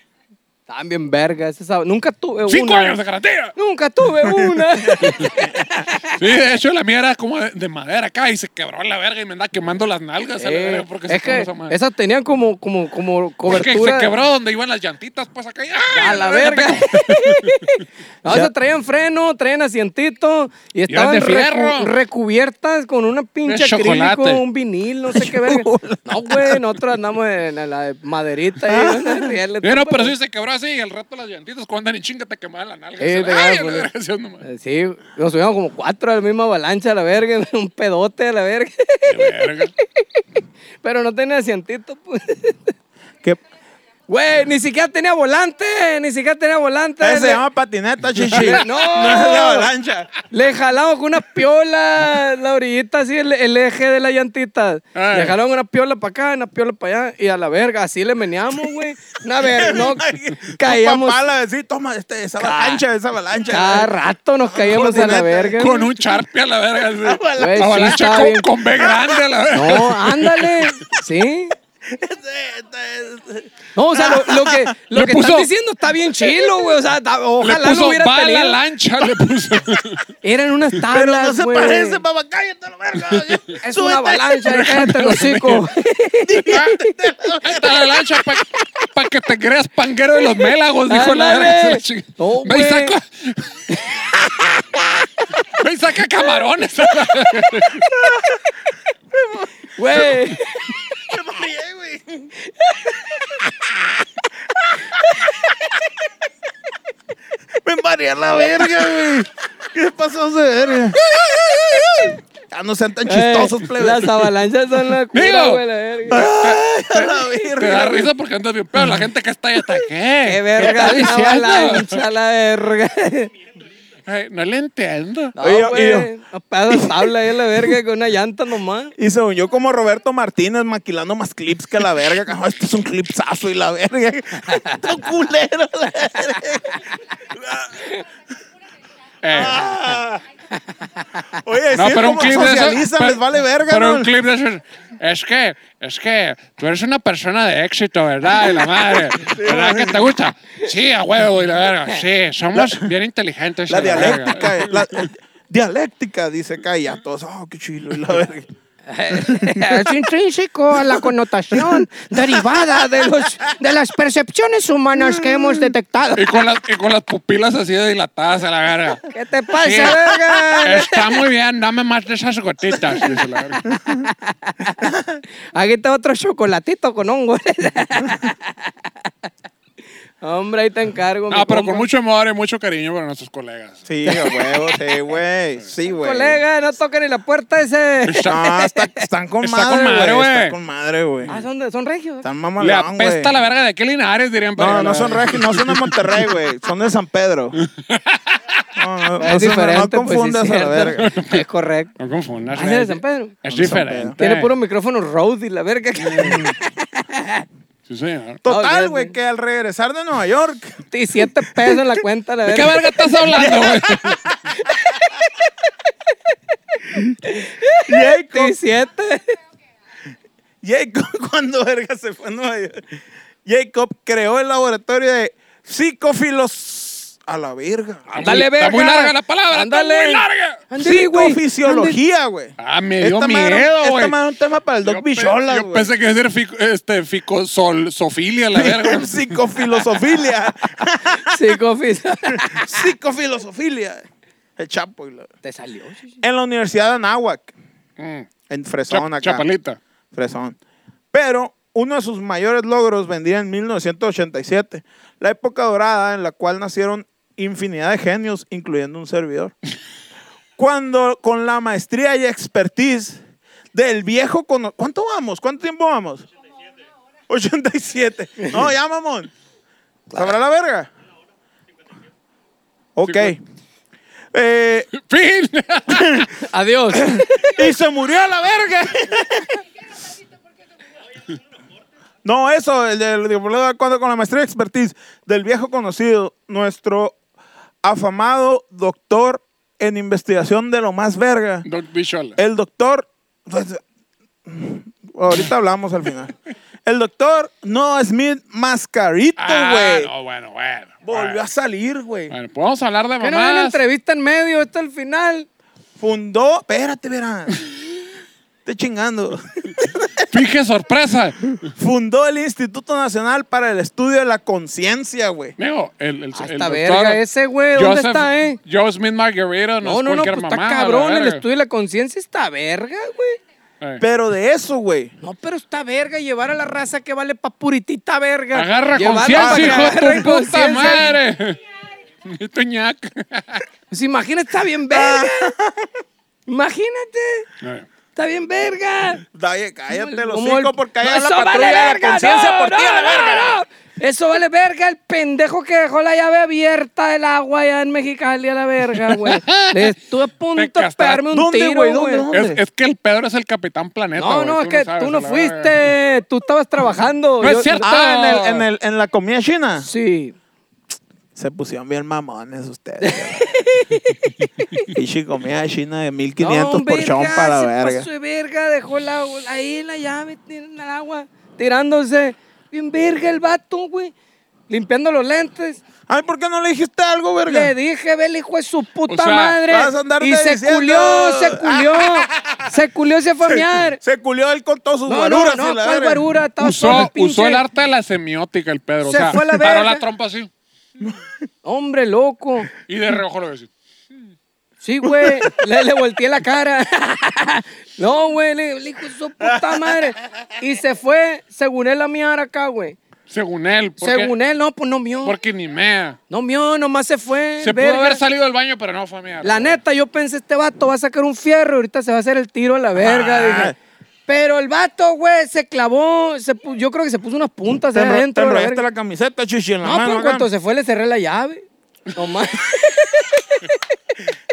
Speaker 3: Estaban bien vergas. esas av- Nunca tuve
Speaker 1: ¡Cinco
Speaker 3: una.
Speaker 1: años de garantía!
Speaker 3: Nunca tuve una.
Speaker 1: Sí, de hecho la mía era como de, de madera acá y se quebró a la verga y me andaba quemando las nalgas. a la
Speaker 3: Eh,
Speaker 1: verga, porque se
Speaker 3: es
Speaker 1: quebró
Speaker 3: que
Speaker 1: esa madre.
Speaker 3: esas tenían como, como, como
Speaker 1: Es que
Speaker 3: cobertura.
Speaker 1: se quebró donde iban las llantitas, pues acá. y- ¡ay,
Speaker 3: A la verga. no, o sea, traían freno, traían asientito y estaban
Speaker 1: de
Speaker 3: recu-
Speaker 1: fierro.
Speaker 3: recubiertas con una pinche
Speaker 1: chocolate.
Speaker 3: acrílico, un vinil, no sé qué verga. No, güey, nosotros andamos en la de maderita y
Speaker 1: Mira, pero sí se quebró así y al rato las llantitas cuando andan en chinga te quemaban la nalga.
Speaker 3: Sí,
Speaker 1: Ay,
Speaker 3: te
Speaker 1: a la
Speaker 3: quedas,
Speaker 1: verga,
Speaker 3: pues.
Speaker 1: sí, no mames.
Speaker 3: Eh, Sí, nos subimos como cuatro a la misma avalancha, a la verga, un pedote, a la verga.
Speaker 1: Qué verga.
Speaker 3: Pero no tenía asientito, pues.
Speaker 2: ¿Qué,
Speaker 3: Güey, ni siquiera tenía volante, ni siquiera tenía volante.
Speaker 2: Ese se
Speaker 3: Le-
Speaker 2: llama patineta, chichi.
Speaker 3: No.
Speaker 2: es de avalancha.
Speaker 3: Le jalaron con una piola la orillita así, el, el eje de la llantita.
Speaker 1: Ah.
Speaker 3: Le jalaron una piola para acá, una piola para allá y a la verga, así le meneamos, güey. Una verga, Eh, no, caíamos.
Speaker 2: Papá la decía, toma, este, esa avalancha, esa avalancha.
Speaker 3: Cada rato nos caíamos a la
Speaker 2: Coordinata.
Speaker 3: verga.
Speaker 1: Con un charpe a la verga. así.
Speaker 3: Güey, sí,
Speaker 1: Avalancha
Speaker 3: está
Speaker 1: con,
Speaker 3: bien.
Speaker 1: con B grande a la verga.
Speaker 3: No, ándale. Sí.
Speaker 2: Este, este, este.
Speaker 3: No, o sea, lo, lo que, lo
Speaker 1: Le
Speaker 3: que
Speaker 1: puso-
Speaker 3: estás diciendo está bien chilo, güey. O sea, da-
Speaker 1: le
Speaker 3: ojalá lo
Speaker 1: puso
Speaker 3: hubiera
Speaker 1: va a la
Speaker 3: tenido.
Speaker 1: lancha, le puso.
Speaker 3: Eran unas
Speaker 2: Pero no
Speaker 3: tablas,
Speaker 2: se
Speaker 3: güey.
Speaker 2: parece, papá, cállate, la verga.
Speaker 3: Es
Speaker 2: Súbete.
Speaker 3: una avalancha, ¿eh? cállate el hocico.
Speaker 1: Ahí está la lancha para que te creas panguero de los mélagos, dijo la
Speaker 3: Ándale.
Speaker 1: verga. Se la chingó.
Speaker 3: No,
Speaker 1: Ve y
Speaker 3: güey.
Speaker 1: saca. Ve y saca camarones.
Speaker 3: Güey.
Speaker 2: Me mareé, güey. Me mareé a la verga, güey. ¿Qué pasó de verga? Ya no sean tan chistosos,
Speaker 3: Eh,
Speaker 2: plebes.
Speaker 3: Las avalanchas son la cura,
Speaker 1: Digo.
Speaker 3: güey, la verga.
Speaker 2: Ay, a la
Speaker 1: Te da
Speaker 2: verga.
Speaker 1: risa porque andas bien. Pero la gente que está ahí está, ¿qué?
Speaker 3: Qué verga,
Speaker 1: ¿Qué
Speaker 3: la
Speaker 1: está diciendo?
Speaker 3: avalancha, la verga.
Speaker 1: Ay, no le entiendo.
Speaker 3: No,
Speaker 2: Oye,
Speaker 3: güey.
Speaker 2: oye.
Speaker 3: No pedas tabla ahí, la verga, con una llanta nomás.
Speaker 2: Y según yo, como Roberto Martínez, maquilando más clips que la verga. cabrón. Este es un clipsazo y la verga. Esto culero, la verga.
Speaker 1: Eh,
Speaker 2: Ah. Oye,
Speaker 1: no,
Speaker 2: sí,
Speaker 1: pero un
Speaker 2: como
Speaker 1: clip de eso.
Speaker 2: socializan,
Speaker 1: pero-
Speaker 2: les vale verga,
Speaker 1: Pero
Speaker 2: ¿no?
Speaker 1: un clip de eso. Es que, es que tú eres una persona de éxito, ¿verdad? Y la madre. ¿Verdad que te gusta? Sí, a huevo y la verga. Sí, somos bien inteligentes.
Speaker 2: La
Speaker 1: y la verga.
Speaker 2: dialéctica. eh, la- eh, dialéctica, dice Calla. Todos, oh, qué chilo. Y la verga.
Speaker 3: Es intrínseco a la connotación derivada de, los, de las percepciones humanas que hemos detectado.
Speaker 1: Y con, las, y con las pupilas así de dilatadas a la verga.
Speaker 3: ¿Qué te
Speaker 1: Sí,
Speaker 3: pasa, verga?
Speaker 1: Está muy bien, dame más de esas gotitas. dice la verga.
Speaker 3: Aquí está otro chocolatito con hongo. Hombre, ahí te encargo.
Speaker 2: Ah,
Speaker 3: mi
Speaker 1: No, pero
Speaker 3: compa.
Speaker 1: con mucho amor y mucho cariño para nuestros colegas.
Speaker 2: Sí, a huevo, sí, güey. Sí, güey.
Speaker 3: Colega, no toquen ni la puerta ese.
Speaker 2: No, está- están con
Speaker 1: Está con
Speaker 2: madre,
Speaker 1: madre,
Speaker 2: güey.
Speaker 1: güey.
Speaker 2: Están con madre, güey.
Speaker 3: Ah, son, de- son regios.
Speaker 2: Están
Speaker 1: Le
Speaker 2: mamalón, güey.
Speaker 1: apesta la verga de qué linares, dirían. para
Speaker 2: No,
Speaker 1: la
Speaker 2: no son
Speaker 1: verga.
Speaker 2: regios, no son de Monterrey, güey. Son de San Pedro. No, no, no, son-
Speaker 3: Es
Speaker 2: no,
Speaker 3: diferente. pues, sí,
Speaker 2: confundas a la
Speaker 3: cierto.
Speaker 2: verga.
Speaker 3: Es correcto.
Speaker 1: No confundas.
Speaker 3: Ah, ¿es de San Pedro?
Speaker 1: Es
Speaker 2: Son de San
Speaker 1: diferente.
Speaker 3: Tiene puro micrófono Rode y la verga.
Speaker 2: Mm.
Speaker 1: Sí, señor.
Speaker 2: Total,
Speaker 3: ok,
Speaker 2: güey,
Speaker 3: ok.
Speaker 2: que al regresar de Nueva York.
Speaker 3: Y siete pesos en la cuenta, la
Speaker 1: ¿De qué
Speaker 3: verga.
Speaker 1: verga estás hablando, güey?
Speaker 2: Jacob,
Speaker 3: 17.
Speaker 2: Jacob, cuando verga se fue a Nueva York. Jacob creó el laboratorio de psicofilos. A la verga.
Speaker 3: Ándale,
Speaker 1: Está
Speaker 3: verga.
Speaker 1: muy larga la palabra, está
Speaker 3: Ándale.
Speaker 1: muy larga.
Speaker 3: Ándale, güey.
Speaker 2: Psicofisiología, güey.
Speaker 1: Ah, me dio
Speaker 2: Esta madre-
Speaker 1: miedo, güey.
Speaker 2: Esta madre es un tema para el Doc
Speaker 1: Yo pe-
Speaker 2: Bicholas,
Speaker 1: Yo
Speaker 2: güey.
Speaker 1: pensé que iba a ser fico, este, fico, sol, sofilia, la verga.
Speaker 2: Psicofilosofilia.
Speaker 3: Ándale. Psicofisa.
Speaker 2: Psicofilosofilia. El chapo. y la-
Speaker 3: Te salió. sí, sí.
Speaker 2: En la Universidad de Anáhuac.
Speaker 1: Mm.
Speaker 2: En
Speaker 1: Chap-
Speaker 2: Fresón acá.
Speaker 1: Chapalita.
Speaker 2: Fresón. Pero uno de sus mayores logros vendría en 1987, la época dorada en la cual nacieron infinidad de genios, incluyendo un servidor. Cuando con la maestría y expertise del viejo cono- ¿Cuánto vamos? ¿Cuánto tiempo vamos? 87. No, ya, mamón. ¿Sabrá la verga? Ok. Eh,
Speaker 1: ¡Fin!
Speaker 3: Adiós.
Speaker 2: y se murió a la verga. No, eso, el del diplomado de acuerdo con la maestría de expertise del viejo conocido, nuestro afamado doctor en investigación de lo más verga,
Speaker 1: Doc Bichola.
Speaker 2: el doctor. pues, ahorita hablamos al final. El doctor No Smith Mascarito,
Speaker 1: Ah,
Speaker 2: güey.
Speaker 1: no, Ah. bueno, bueno.
Speaker 2: Volvió
Speaker 1: bueno.
Speaker 2: a salir, güey.
Speaker 1: Bueno, podemos hablar de
Speaker 3: Que no hay una
Speaker 1: mamadas.
Speaker 3: entrevista en medio, esto al final.
Speaker 2: Fundó. Espérate, verá. Estoy chingando.
Speaker 1: Fije sorpresa.
Speaker 2: Fundó el Instituto Nacional para el Estudio de la Conciencia, güey.
Speaker 1: Amigo, el, el, el
Speaker 3: Hasta
Speaker 1: doctor
Speaker 3: verga ese, güey. ¿Dónde
Speaker 1: Joseph-
Speaker 3: está, eh?
Speaker 1: Joe Smith Margarita no,
Speaker 3: No,
Speaker 1: es
Speaker 3: no, no,
Speaker 1: cualquier
Speaker 3: pues está
Speaker 1: mamada. la
Speaker 3: cabrón. El
Speaker 1: verga.
Speaker 3: estudio de la conciencia está verga, güey.
Speaker 1: Eh.
Speaker 2: Pero de eso, güey.
Speaker 3: No, pero está verga llevar a la raza que vale pa' puritita verga.
Speaker 1: Agarra
Speaker 3: Llevarla pa'
Speaker 1: conciencia,
Speaker 3: que
Speaker 1: hijo de
Speaker 3: agarren
Speaker 1: tu puta
Speaker 3: conciencia.
Speaker 1: madre. Y tu ñac.
Speaker 3: Pues imagínate, está bien verga. Imagínate,
Speaker 1: Eh.
Speaker 3: está bien verga.
Speaker 2: Dale, cállate los
Speaker 3: Como el-
Speaker 2: cinco porque
Speaker 3: No,
Speaker 2: allá
Speaker 3: eso
Speaker 2: la patrulla
Speaker 3: vale
Speaker 2: de la
Speaker 3: verga,
Speaker 2: conciencia
Speaker 3: no,
Speaker 2: por ti,
Speaker 3: no,
Speaker 2: a la
Speaker 3: no,
Speaker 2: verga.
Speaker 3: no. Eso vale verga el pendejo que dejó la llave abierta del agua allá en Mexicali a la verga, güey. Le Estuve a punto de
Speaker 1: castraste.
Speaker 3: pegarme un
Speaker 2: ¿Dónde,
Speaker 3: tiro,
Speaker 2: güey?
Speaker 3: güey.
Speaker 2: ¿Dónde, dónde?
Speaker 1: Es, es que el Pedro es el capitán planeta.
Speaker 3: No,
Speaker 1: güey,
Speaker 3: no, es que
Speaker 1: sabes,
Speaker 3: tú no
Speaker 1: a la verga.
Speaker 3: fuiste. Tú estabas trabajando.
Speaker 1: No es cierto.
Speaker 2: Ah, en, el, en, el, en la comida china.
Speaker 3: Sí.
Speaker 2: Se pusieron bien mamones ustedes. Pichi comida china de 1500
Speaker 3: No,
Speaker 2: por
Speaker 3: verga,
Speaker 2: chompa, la
Speaker 3: se
Speaker 2: verga.
Speaker 3: pasó de verga, dejó la, ahí la llave en el agua, tirándose. Bien verga el vato, güey. Limpiando los lentes.
Speaker 2: Ay, ¿por qué no le dijiste algo, verga?
Speaker 3: Le dije, ve el hijo de su puta
Speaker 1: sea,
Speaker 3: madre.
Speaker 2: vas a andarte
Speaker 3: y se
Speaker 2: diciendo-
Speaker 3: culió, se culió.
Speaker 1: Ah.
Speaker 3: se culió, se fue a mear.
Speaker 2: Se culió él con todos sus
Speaker 3: No,
Speaker 2: guaruras.
Speaker 3: no,
Speaker 2: y
Speaker 3: no,
Speaker 2: la
Speaker 3: ¿cuál
Speaker 2: verga.
Speaker 3: guarura? Estaba solo
Speaker 1: Usó,
Speaker 3: pinche-
Speaker 1: usó el arte de la semiótica el Pedro.
Speaker 3: Se
Speaker 1: o sea,
Speaker 3: fue a la
Speaker 1: paró
Speaker 3: verga.
Speaker 1: la trompa así
Speaker 3: Hombre, loco.
Speaker 1: y de reojo lo decía.
Speaker 3: Sí, güey. le, le volteé la cara. no, güey, le, le hijo de su puta madre. Y se fue, según él, a mear acá, güey.
Speaker 1: Según él. Porque,
Speaker 3: Según él, no, pues no mió.
Speaker 1: Porque ni mea.
Speaker 3: No mió, nomás se fue.
Speaker 1: Se
Speaker 3: verga.
Speaker 1: pudo haber salido del baño, pero no fue mea.
Speaker 3: La neta, yo pensé, este vato va a sacar un fierro, ahorita se va a hacer el tiro a la verga,
Speaker 2: Ah.
Speaker 3: dije. Pero el vato, güey, se clavó, se pu- yo creo que se puso unas puntas
Speaker 2: Te,
Speaker 3: de
Speaker 2: enro- te
Speaker 3: adentro. la
Speaker 2: enrollaste
Speaker 3: verga.
Speaker 2: la camiseta, chichi, en la
Speaker 3: No, pues,
Speaker 2: mano.
Speaker 3: pero en
Speaker 2: acá.
Speaker 3: cuanto se fue le cerré la llave. Nomás.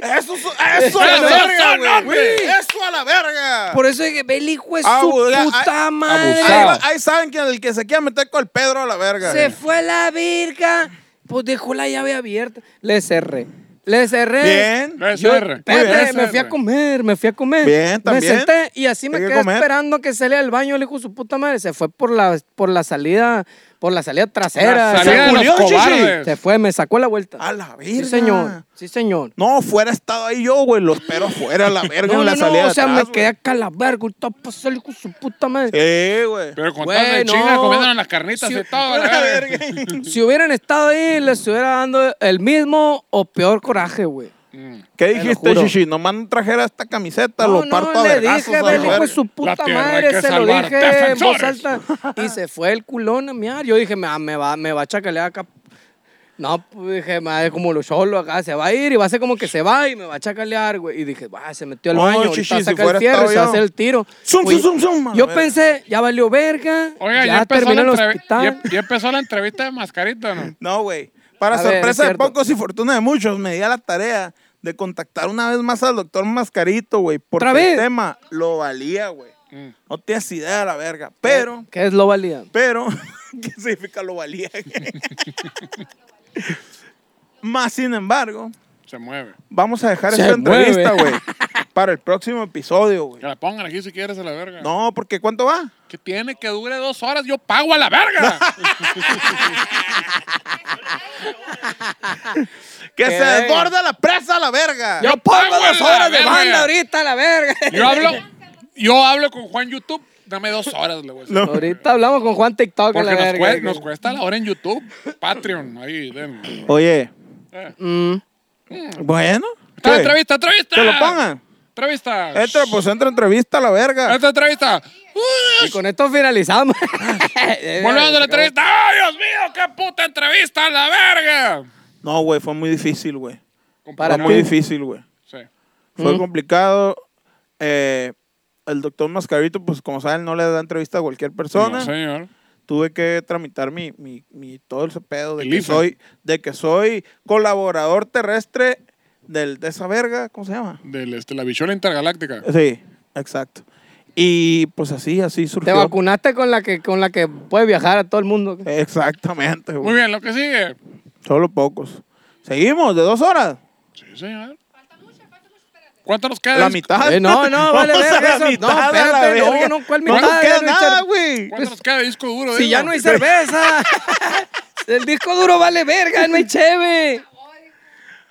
Speaker 2: Eso, eso a
Speaker 1: Eso
Speaker 2: la verga,
Speaker 1: son
Speaker 2: güey.
Speaker 1: hombres.
Speaker 2: Eso a la verga.
Speaker 3: Por eso dije, ve el hijo de su
Speaker 2: Abusa-
Speaker 3: puta
Speaker 2: ay-
Speaker 3: madre.
Speaker 2: Ahí,
Speaker 1: abusado.
Speaker 2: va- ahí saben que el que se quiera meter con el Pedro a la verga.
Speaker 3: Se
Speaker 2: güey.
Speaker 3: fue a la verga. Pues dejó la llave abierta. Le cerré. Le cerré.
Speaker 2: Bien.
Speaker 1: No es
Speaker 3: Yo,
Speaker 1: R.
Speaker 3: espérate,
Speaker 2: Muy bien,
Speaker 3: me fui a comer, me fui a comer.
Speaker 2: Bien, también.
Speaker 3: Me senté y así me
Speaker 2: Hay que
Speaker 3: quedé
Speaker 2: comer.
Speaker 3: esperando que saliera del baño el hijo de su puta madre. Se fue por la, por la salida, por la salida trasera.
Speaker 1: La salida
Speaker 3: se,
Speaker 1: de
Speaker 2: culió,
Speaker 1: los
Speaker 2: chichi.
Speaker 1: cobardes.
Speaker 3: se fue, me sacó la vuelta.
Speaker 2: A la verga.
Speaker 3: sí, señor. Sí, señor.
Speaker 2: No, fuera estado ahí yo, güey. Lo espero fuera a la verga
Speaker 3: No,
Speaker 2: en
Speaker 3: no,
Speaker 2: la
Speaker 3: no,
Speaker 2: salida.
Speaker 3: o sea,
Speaker 2: de atrás,
Speaker 3: me quedé acá a la verga. Ahorita pasó pues, el hijo de su puta madre.
Speaker 2: güey. Sí, güey.
Speaker 1: Pero eh, con
Speaker 3: Güey,
Speaker 1: todas de
Speaker 3: no.
Speaker 1: chinga comiendo las carnitas
Speaker 3: Sí,
Speaker 1: y todo.
Speaker 2: A
Speaker 1: la
Speaker 2: la
Speaker 1: verga.
Speaker 2: verga.
Speaker 3: Si hubieran estado ahí, les estuviera dando el mismo o peor coraje, güey.
Speaker 2: ¿Qué
Speaker 3: lo
Speaker 2: dijiste,
Speaker 3: juro.
Speaker 2: Chichi? Nomás no trajera esta camiseta,
Speaker 3: No,
Speaker 2: lo
Speaker 3: no,
Speaker 2: parto a
Speaker 3: le
Speaker 2: vergazos
Speaker 3: dije,
Speaker 2: a la
Speaker 3: ve, hijo de
Speaker 2: verga.
Speaker 3: su puta
Speaker 1: La tierra hay
Speaker 3: madre,
Speaker 1: que
Speaker 3: se lo
Speaker 1: salvar.
Speaker 3: dije en voz
Speaker 1: ¡Defensores!
Speaker 3: alta. Y se fue el culón a miar. Yo dije, me, va- me va, me va a chacalear acá. No, pues, dije, madre, como lo solo acá, se va a ir y va a ser como que se va y me va a chacalear, güey. Y dije, va, se metió al
Speaker 2: Ay,
Speaker 3: baño,
Speaker 2: chichi,
Speaker 3: ahorita
Speaker 2: si
Speaker 3: saca
Speaker 2: fuera
Speaker 3: el fierro
Speaker 2: estado
Speaker 3: y se va a
Speaker 2: yo.
Speaker 3: hacer el tiro.
Speaker 2: Zum,
Speaker 3: Oye,
Speaker 2: zum, zum, zum, a
Speaker 3: Yo
Speaker 2: la
Speaker 3: pensé, ya valió verga,
Speaker 1: Oiga, ya,
Speaker 3: ya,
Speaker 1: empezó la
Speaker 3: terminó el
Speaker 1: entrevi-
Speaker 3: hospital.
Speaker 1: ya- ya empezó la entrevista de Mascarita, ¿no?
Speaker 2: No, güey. Para
Speaker 3: A ver,
Speaker 2: sorpresa
Speaker 3: es
Speaker 2: de
Speaker 3: cierto.
Speaker 2: pocos y fortuna de muchos, me di a la tarea de contactar una vez más al doctor Mascarito, güey. Porque
Speaker 3: ¿Otra vez?
Speaker 2: el tema lo valía, güey.
Speaker 1: Mm.
Speaker 2: No tienes idea, la verga. Pero,
Speaker 3: ¿Qué es lo valía?
Speaker 2: pero, ¿qué significa lo valía? más sin embargo,
Speaker 1: Se mueve.
Speaker 2: vamos a dejar
Speaker 3: Se
Speaker 2: esta
Speaker 3: mueve.
Speaker 2: entrevista, güey, para el próximo episodio, güey.
Speaker 1: Que la pongan aquí si quieres a la verga.
Speaker 2: No, porque ¿cuánto va?
Speaker 1: Que tiene que dure dos horas, yo pago a la verga.
Speaker 2: Que
Speaker 3: Que
Speaker 2: se
Speaker 3: venga.
Speaker 2: desborda la presa a la verga.
Speaker 1: Yo pago
Speaker 3: las
Speaker 1: la
Speaker 3: horas de
Speaker 1: verga.
Speaker 3: banda ahorita, la verga.
Speaker 1: Yo hablo, yo hablo con Juan YouTube, dame dos horas, le voy a decir.
Speaker 2: No.
Speaker 3: Ahorita hablamos con Juan TikTok, a
Speaker 1: Porque
Speaker 3: la
Speaker 1: nos,
Speaker 3: verga.
Speaker 1: cue- nos cuesta la hora en YouTube, Patreon, ahí, den.
Speaker 2: Oye,
Speaker 3: Mm.
Speaker 2: bueno.
Speaker 1: Esta
Speaker 2: ¿qué?
Speaker 1: entrevista, entrevista.
Speaker 2: Que lo pongan.
Speaker 1: Entrevista.
Speaker 2: Entra, pues entra entrevista a la verga.
Speaker 1: Esta entrevista. Uy,
Speaker 3: Y con esto finalizamos. Eh,
Speaker 1: Volvemos a la entrevista. ¡Ay, Dios mío! ¡Qué puta entrevista a la verga!
Speaker 2: No, güey, fue muy difícil, güey.
Speaker 3: Para
Speaker 2: fue muy
Speaker 3: ti.
Speaker 2: difícil, güey.
Speaker 1: Sí.
Speaker 2: Fue complicado. Eh, el doctor Mascarito, pues como saben, no le da entrevista a cualquier persona.
Speaker 1: No, señor.
Speaker 2: Tuve que tramitar mi, mi, mi todo ese pedo de
Speaker 1: El
Speaker 2: que,
Speaker 1: IFE.
Speaker 2: soy, de que soy colaborador terrestre del, de esa verga, ¿cómo se llama?
Speaker 1: Del, este, la bichola intergaláctica.
Speaker 2: Sí, exacto. Y pues así, así
Speaker 3: Te
Speaker 2: surgió.
Speaker 3: vacunaste con la que con la que puedes viajar a todo el mundo.
Speaker 2: Exactamente,
Speaker 1: Muy
Speaker 2: güey.
Speaker 1: bien, lo que sigue.
Speaker 2: Solo pocos. Seguimos, de dos horas.
Speaker 1: Sí, señor. ¿Cuánto nos queda?
Speaker 2: La mitad.
Speaker 3: Eh, no, no, vale,
Speaker 2: Vamos a
Speaker 3: verga,
Speaker 2: la
Speaker 3: eso- no,
Speaker 2: mitad, a la
Speaker 3: espérate, no,
Speaker 2: verga.
Speaker 3: no, ¿cuál
Speaker 2: No
Speaker 3: mitad,
Speaker 2: nos queda
Speaker 3: Richard?
Speaker 2: nada, güey.
Speaker 1: ¿Cuánto nos queda de disco duro?
Speaker 3: Si
Speaker 1: digo?
Speaker 3: ya no hay cerveza. el disco duro vale verga, no hay cheve.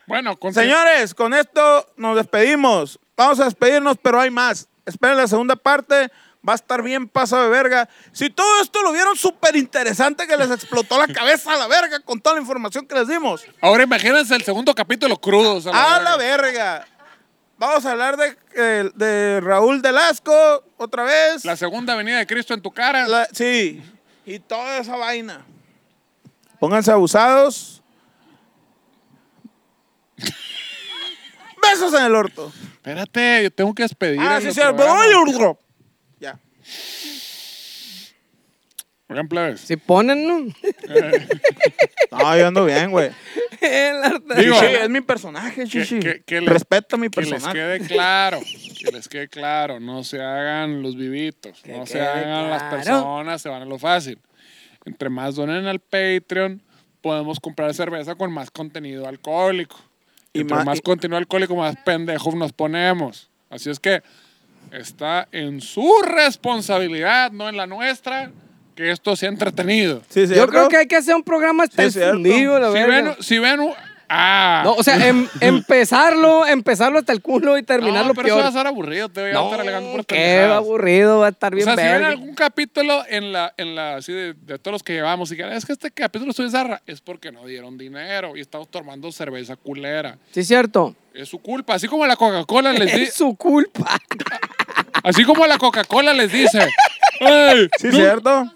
Speaker 1: Bueno, con
Speaker 2: Señores, con esto nos despedimos. Vamos a despedirnos, pero hay más. Esperen la segunda parte. Va a estar bien pasado de verga. Si todo esto lo vieron súper interesante que les explotó la cabeza a la verga con toda la información que les dimos.
Speaker 1: Ahora imagínense el segundo capítulo crudos.
Speaker 2: A Ah, la verga. Vamos a hablar de, eh, de Raúl Delasco otra vez.
Speaker 1: La segunda venida de Cristo en tu cara.
Speaker 2: La- sí. Y toda esa vaina. Pónganse abusados. Besos en el orto.
Speaker 1: Espérate, yo tengo que despedir.
Speaker 2: Ah,
Speaker 1: en
Speaker 2: sí,
Speaker 1: el
Speaker 2: sí, el
Speaker 1: programa.
Speaker 2: orto. Ya.
Speaker 1: Oigan, plebes.
Speaker 3: Si ponen, ¿no?
Speaker 2: No, yo ando bien, güey.
Speaker 3: El harta-
Speaker 1: Digo,
Speaker 2: Chichi, es mi personaje,
Speaker 1: que-
Speaker 2: chichi.
Speaker 1: que- que les-
Speaker 2: Respeto a mi
Speaker 1: Que les
Speaker 2: personaje.
Speaker 1: quede claro, que les quede claro, no se hagan los vivitos, no se
Speaker 3: quede
Speaker 1: hagan las
Speaker 3: claro.
Speaker 1: personas, se van a lo fácil. Entre más donen al Patreon, podemos comprar cerveza con más contenido alcohólico.
Speaker 2: Y
Speaker 1: Entre
Speaker 2: ma-
Speaker 1: más
Speaker 2: y-
Speaker 1: contenido alcohólico, más pendejos nos ponemos. Así es que está en su responsabilidad, no en la nuestra, que esto sea entretenido.
Speaker 2: Sí,
Speaker 3: Yo
Speaker 2: ¿cierto?
Speaker 3: creo que hay que hacer un programa hasta
Speaker 2: Sí,
Speaker 3: el
Speaker 2: cierto.
Speaker 3: fundido, la
Speaker 1: Si
Speaker 3: verdad.
Speaker 1: ven, si ven, un- ah,
Speaker 3: No, o sea, em- empezarlo, empezarlo hasta el culo y
Speaker 1: No,
Speaker 3: terminarlo
Speaker 1: pero eso va a
Speaker 3: peor.
Speaker 1: estar aburrido, te voy a estar alegando por
Speaker 3: No, qué aburrido, va a estar
Speaker 1: O
Speaker 3: bien
Speaker 1: sea, si ven
Speaker 3: verga.
Speaker 1: algún capítulo en la, en la, así de, de todos los que llevamos y que es que este capítulo estoy zarra, es porque no dieron dinero y estamos tomando cerveza culera.
Speaker 3: Sí, es cierto.
Speaker 1: Es su culpa. Así como la Coca-Cola les
Speaker 3: Es
Speaker 1: dice,
Speaker 3: su culpa.
Speaker 1: así como la Coca-Cola les dice, "Ey,
Speaker 2: Sí,
Speaker 1: no,
Speaker 2: ¿cierto?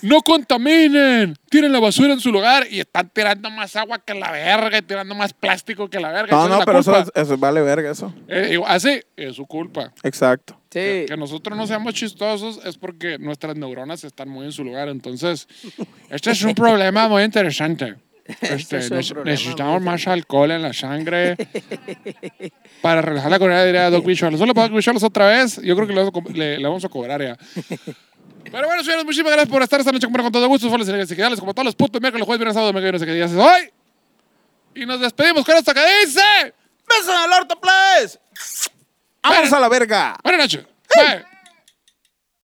Speaker 1: no contaminen, tiren la basura en su lugar y están tirando más agua que la verga y tirando más plástico que la verga.
Speaker 2: No,
Speaker 1: Esa es
Speaker 2: no,
Speaker 1: la
Speaker 2: pero eso,
Speaker 1: culpa.
Speaker 2: eso vale verga, eso.
Speaker 1: Eh, digo, así es su culpa.
Speaker 2: Exacto.
Speaker 3: Sí.
Speaker 1: Que nosotros no seamos chistosos es porque nuestras neuronas están muy en su lugar. Entonces, este es un problema muy interesante. Este,
Speaker 3: es un
Speaker 1: nece-
Speaker 3: problema
Speaker 1: necesitamos más alcohol en la sangre para relajar la correa, diría Doc Visual. Solo para Doc Visuals otra vez. Yo creo que le, vamos a co- le- le vamos a cobrar ya. Pero bueno, señores, muchísimas gracias por estar esta noche con con todo gusto. Fue las digitales como todos los putos miércoles, jueves, viernes, sábado, domingo y no sé qué días es hoy. Y nos despedimos con esta que dice...
Speaker 2: pues. ¡Besos en el orto, please! ¡Vamos a la verga!
Speaker 1: Buenas noches. Bye.